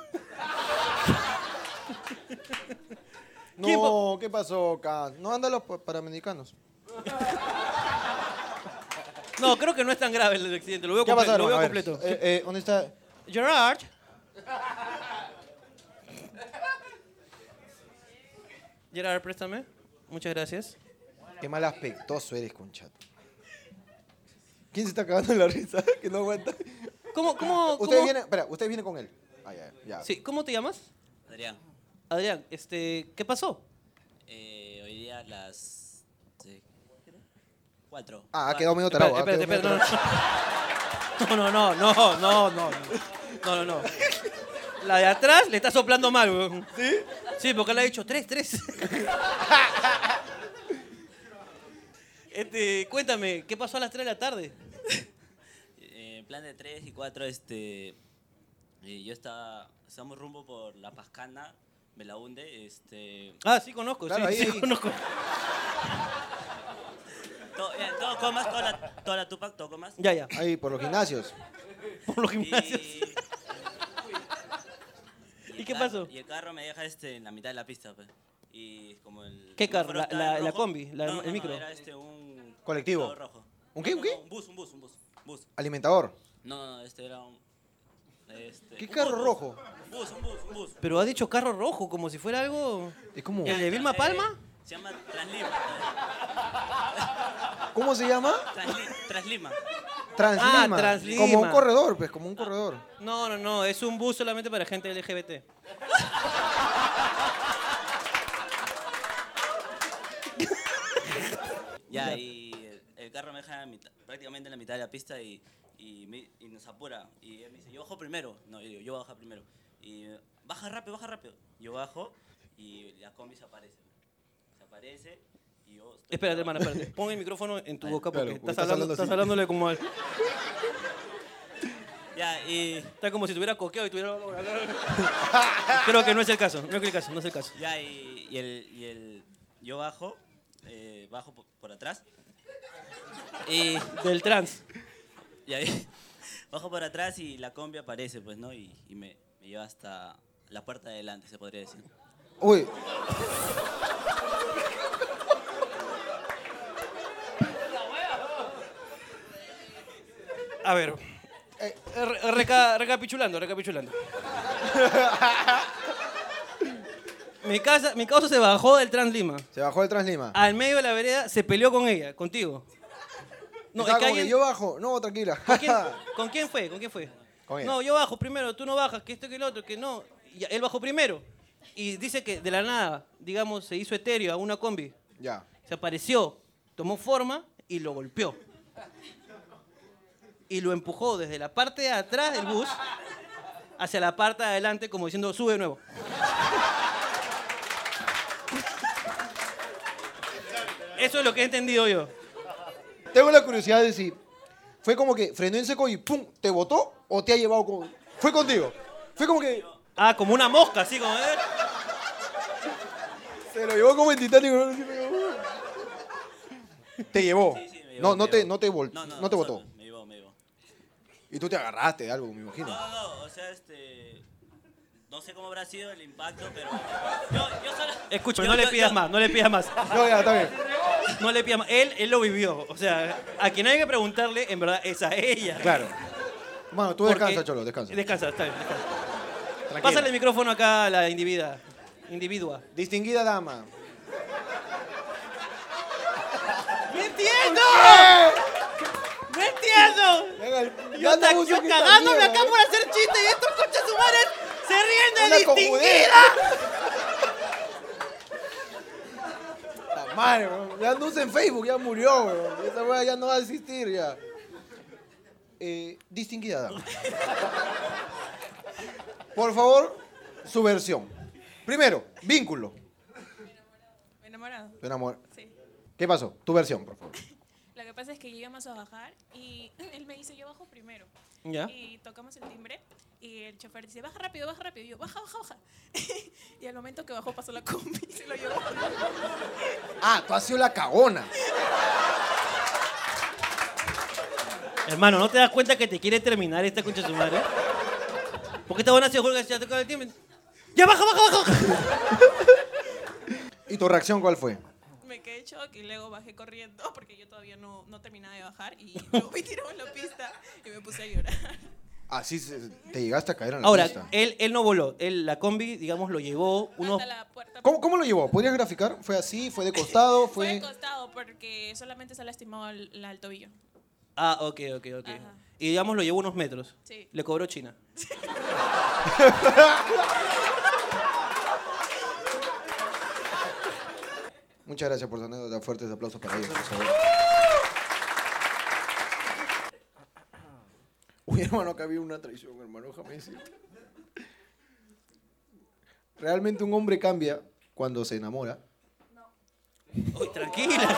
¿Quién
No, ¿qué pasó, Cas? No andan los pa- paramedicanos.
No, creo que no es tan grave el accidente, lo veo,
¿Qué
comple-
pasó,
lo
hermano?
veo
A ver,
completo.
eh, eh, ¿Dónde está?
Gerard. Gerard, préstame. Muchas gracias.
Qué mal aspectoso eres, conchato. ¿Quién se está cagando en la risa? Que no aguanta.
¿Cómo, cómo,
Ustedes
cómo-
vienen, espera, ustedes vienen con él. Ah, ya, ya.
Sí, ¿Cómo te llamas?
Adrián,
Adrián, este, ¿qué pasó?
eh, hoy día a las... sí, ¿qué era? Este, Cuatro.
Ah, ha quedado medio
Espera,
tarado. ah,
espérate,
quedó medio
espérate,
tarado.
No, no, no, no, no, no, no, no, no, no. La de atrás le está soplando mal, weón. ¿Sí? Sí, porque le ha dicho tres, tres. Este, cuéntame, ¿qué pasó a las 3 de la tarde?
Eh, plan de tres y cuatro, este... eh, yo estaba... Estamos rumbo por La Pascana, Belaunde, este...
Ah, sí, conozco,
Claro,
sí,
ahí,
sí,
ahí.
conozco.
To, eh, todo comas, toda la, toda la Tupac, todo comas.
Ya, ya,
Ahí, por los gimnasios.
por los
Y-
gimnasios.
el
¿Y qué
carro-
pasó?
Y el carro me deja este, en la mitad de la pista, pues. Y como el...
¿Qué
el
carro?
semáforo
¿La-
estaba en
la- la
rojo.
combi? ¿La-
No, no,
el
no,
micro?
era este, un...
Colectivo.
todo rojo.
¿Un qué,
No,
un
no,
qué?
no, un bus, un bus, un bus. Bus.
Alimentador.
No, no, no, este era un... este,
¿Qué
un
carro
bus,
rojo?
Un bus, un bus, un bus.
Pero ha dicho carro rojo, como si fuera algo...
Es como,
¿El de Vilma
Eh,
Palma?
Se llama Translima.
¿Cómo se llama?
Transli- Translima.
Translima.
Ah, Translima.
Como un corredor, pues, como un corredor.
No, no, no, es un bus solamente para gente LGBT.
Ya, y el, el carro me deja en mitad- prácticamente en la mitad de la pista y, y, me- y nos apura. Y él me dice, yo bajo primero. No, yo digo, yo voy a bajar primero. Y eh, baja rápido, baja rápido. Yo bajo y la combi se aparece. Se aparece y yo... estoy
Espérate,
parado.
hermano, espérate. Pon el micrófono en tu
Ahí.
boca porque,
Claro, porque
estás,
estás
hablando,
hablando así.
estás hablándole como al-
Ya, y...
Está como si tuviera coqueado y tuviera... Creo que no es el caso, no es el caso, no es el caso.
Ya, y, y el, y el- Yo bajo, eh, bajo por, por atrás. Y,
Del trans.
y ahí bajo por atrás y la combi aparece, pues, ¿no? Y, y me, me lleva hasta la puerta de adelante, se podría decir.
Uy.
A ver. eh, re- reca- recapitulando, recapitulando. mi, casa, mi causa se bajó del Trans Lima.
Se bajó el Translima.
Al medio de la vereda se peleó con ella, contigo. No, es
Estaba
que
como
alguien-
yo bajo. No, tranquila.
¿Con quién, con quién fue? ¿Con quién fue?
Con ella.
no, yo bajo primero, tú no bajas, que esto que el otro, que no. Y él bajó primero. Y dice que de la nada, digamos, se hizo etéreo a una combi.
ya.
Se apareció, tomó forma y lo golpeó. Y lo empujó desde la parte de atrás del bus hacia la parte de adelante, como diciendo, sube de nuevo. Eso es lo que he entendido yo.
Tengo la curiosidad de si fue como que frenó en seco y pum, te botó o te ha llevado con. Fue contigo. Fue como que
Ah, como una mosca, así como... ¿eh?
se lo llevó como en Titanic. ¿no? Así, pero- Te llevó.
Sí, sí, me llevó,
No, no
me
te,
llevó.
no te vol- no te botó.
Me llevó, me llevó.
Y tú te agarraste de algo, me imagino.
No, no, no, o sea, este... No sé cómo habrá sido el impacto, pero... Yo, yo solo...
Escúchame,
yo-
no le
yo-
pidas
yo-
más, no le pidas más.
No, ya, está bien.
No le pidas más. Él, él lo vivió. O sea, a quien hay que preguntarle, en verdad, es a ella.
Claro. Bueno, tú
Porque-
descansa, Cholo, descansa.
Descansa, está bien. descansa.
Tranquila.
Pásale el micrófono acá a la individua. Individua.
Distinguida dama.
¡No! ¡No entiendo! Yo, ta- yo cagándome
¿eh?
acá por hacer chiste y estos conchas humanos se ríen de
Una
distinguida.
La madre, weón. Ya no usa en Facebook, ya murió, weón. Esa weá ya no va a existir, ya. Eh, distinguida dama. Por favor, su versión. Primero, vínculo.
Me he enamorado,
Tu enamor-
sí.
¿Qué pasó? Tu versión, por favor.
Lo que pasa es que llegamos a bajar y él me dice, yo bajo primero.
¿Ya?
Y tocamos el timbre y el chofer dice, baja rápido, baja rápido. Y yo, baja, baja, baja. y al momento que bajó pasó la combi y se lo llevó.
Ah, tú has sido la cagona.
Hermano, ¿no te das cuenta que te quiere terminar esta concha su madre? ¿Por qué esta buena se juega si ya toca el timbre? ¡Ya baja, baja, baja!
¿Y tu reacción cuál fue?
Me quedé shock y luego bajé corriendo porque yo todavía no, no terminaba de bajar y luego me tiró en la pista y me puse a llorar.
Así se- te llegaste a caer en Ah, la
Ahora,
pista.
él, él no voló. Él, la combi, digamos, lo llevó unos...
Hasta la puerta.
¿Cómo, cómo lo llevó? ¿Podrías graficar? ¿Fue así? ¿Fue de costado?
Fue
¿Fue
de costado porque solamente se ha lastimado el, la- el tobillo.
Ah, ok, ok, ok.
Ajá.
Y digamos, lo llevó unos metros.
Sí.
Le cobró China.
Muchas gracias por su anécdota. Fuertes aplausos para ellos, por favor. Uy, hermano, acá había una traición, hermano. Déjame decirte. Realmente un hombre cambia cuando se enamora.
Uy, tranquila.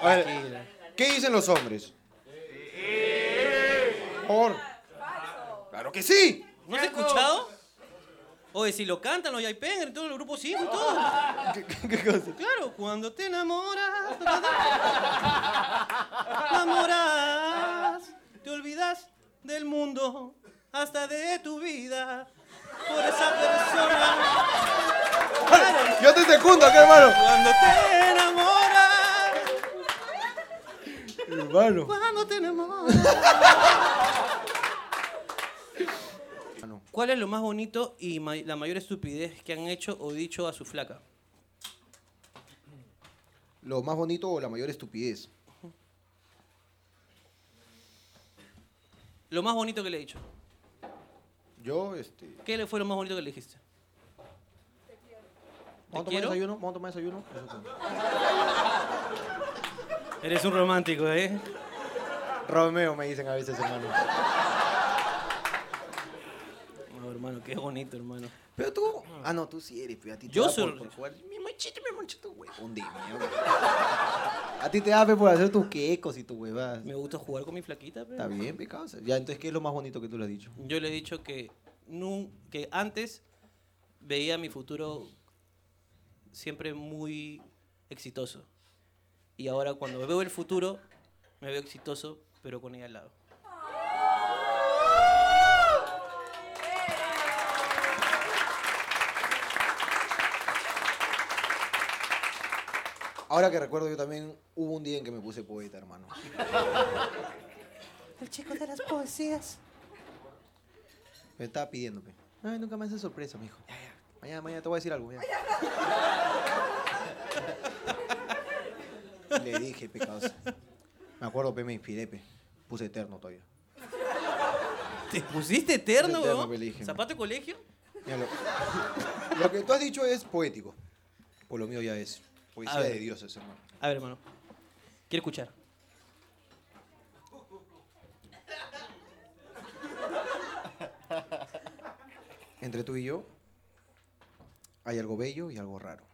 A ver, ¿qué dicen los hombres? Por. ¡Claro que sí!
¿No has escuchado? Oye, si lo cantan los Yaipen, en todo el grupo 5 y todo.
¿Qué, qué- qué cosa?
Claro, cuando te enamoras, ta, ta, ta, enamoras, te olvidas del mundo, hasta de tu vida, por esa persona. Claro,
Yo te secundo acá, hermano.
cuando te enamoras,
Hermano.
cuando te enamoras. ¿Cuál es lo más bonito y ma- la mayor estupidez que han hecho o dicho a su flaca?
Lo más bonito o la mayor estupidez.
Lo más bonito que le he dicho.
Yo, este.
¿Qué le fue lo más bonito que le dijiste?
¿Vamos a tomar
quiero?
desayuno? ¿Vamos a tomar desayuno? Eso fue.
Eres un romántico, ¿eh?
Romeo me dicen a veces, hermano.
No, hermano, qué bonito, hermano.
Pero tú. Ah, no, tú sí eres, pero a ti te
Yo
da
soy-
por, por jugar. Mi machito, mi machito, huevón de mierda. A ti te da pe, por hacer tus quecos y tus huevadas.
Me gusta jugar con mi flaquita, pero...
Está bien, pecado. Ya, entonces, ¿qué es lo más bonito que tú le has dicho?
Yo le he dicho que, nu- que antes veía mi futuro siempre muy exitoso. Y ahora cuando veo el futuro, me veo exitoso, pero con ella al lado.
Ahora que recuerdo, yo también hubo un día en que me puse poeta, hermano.
El chico de las poesías.
Me estaba pidiéndome. Ay, nunca me haces sorpresa, mijo. Ya, ya. Mañana, mañana te voy a decir algo. ya. Le dije, pecados. Me acuerdo, pe, me inspiré, pe. Puse eterno todavía.
¿Te pusiste eterno,
Eterno,
weón?
me eligen.
¿Zapato de colegio?
Mira, lo, lo que tú has dicho es poético. Por lo mío ya es
A
poesía
ver.
de dioses, hermano.
A ver, hermano. Quiero escuchar.
Entre tú y yo hay algo bello y algo raro.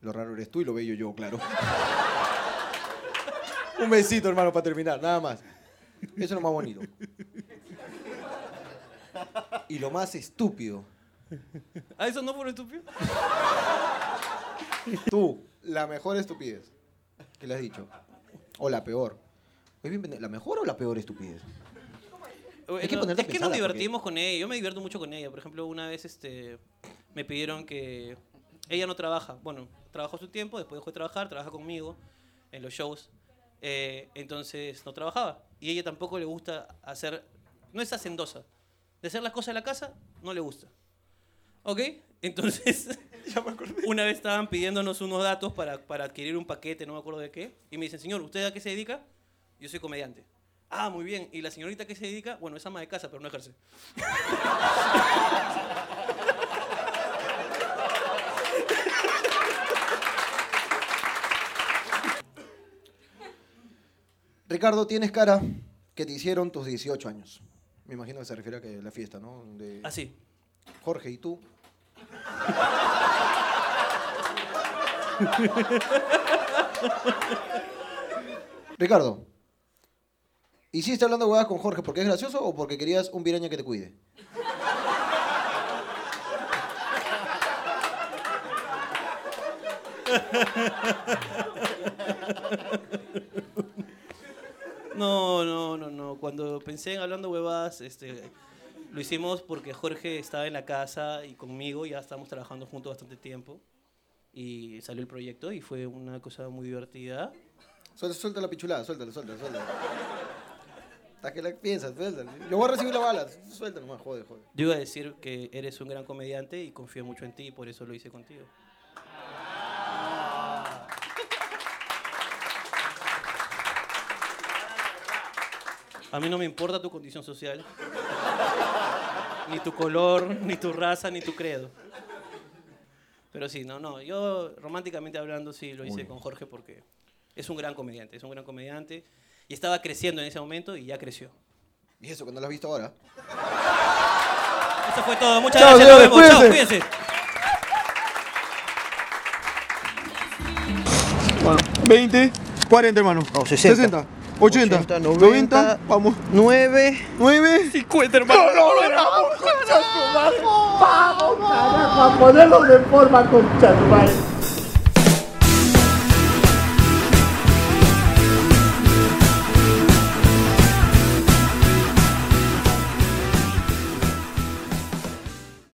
Lo raro eres tú y lo bello yo, claro. Un besito, hermano, para terminar, nada más. Eso es lo más bonito. Y lo más estúpido,
¿Ah, eso no por estúpido?
tú, la mejor estupidez que le has dicho. O la peor. Oye, bien, ¿La mejor o la peor estupidez?
Bueno,
Hay que ponerte a
es que
pensar,
nos
porque-
divertimos con ella. Yo me divierto mucho con ella. Por ejemplo, una vez este, me pidieron que... Ella no trabaja. Bueno, trabajó su tiempo, después dejó de trabajar, trabaja conmigo en los shows. Eh, entonces no trabajaba. Y ella tampoco le gusta hacer... No es hacendosa. De hacer las cosas de la casa, no le gusta. ¿Ok? Entonces
Ya me acordé.
Una vez estaban pidiéndonos unos datos para, para adquirir un paquete, no me acuerdo de qué. Y me dicen, señor, ¿usted a qué se dedica? Yo soy comediante. Ah, muy bien. ¿Y la señorita a qué se dedica? Bueno, es ama de casa, pero no ejerce.
Ricardo, tienes cara que te hicieron tus 18 años. Me imagino que se refiere a que la fiesta, ¿no? De
Así.
Jorge y tú. Ricardo, ¿hiciste hablando huevadas con Jorge porque es gracioso o porque querías un viraña que te cuide?
No, no, no, no. Cuando pensé en hablando huevadas, este, lo hicimos porque Jorge estaba en la casa y conmigo ya estábamos trabajando juntos bastante tiempo. Y salió el proyecto y fue una cosa muy divertida.
Suelta, suelta la pichulada, suéltala, suéltala, suéltala. Hasta que la piensas, suéltala. Yo voy a recibir la bala, suéltala nomás, jode, jode.
Yo iba a decir que eres un gran comediante y confío mucho en ti y por eso lo hice contigo. A mí no me importa tu condición social, ni tu color, ni tu raza, ni tu credo. Pero sí, no, no, yo románticamente hablando sí lo hice con Jorge porque es un gran comediante, es un gran comediante y estaba creciendo en ese momento y ya creció.
Y eso que no lo has visto ahora.
Eso fue todo, muchas
Chao,
gracias, nos
señores,
vemos, chao,
cuídense.
cuídense.
Bueno, 20, 40, hermano.
No, 60.
80,
90,
vamos.
9.
9.
50, hermano.
¡Vamos!
Vamos, carajo, a ponerlos de forma con Chatumare.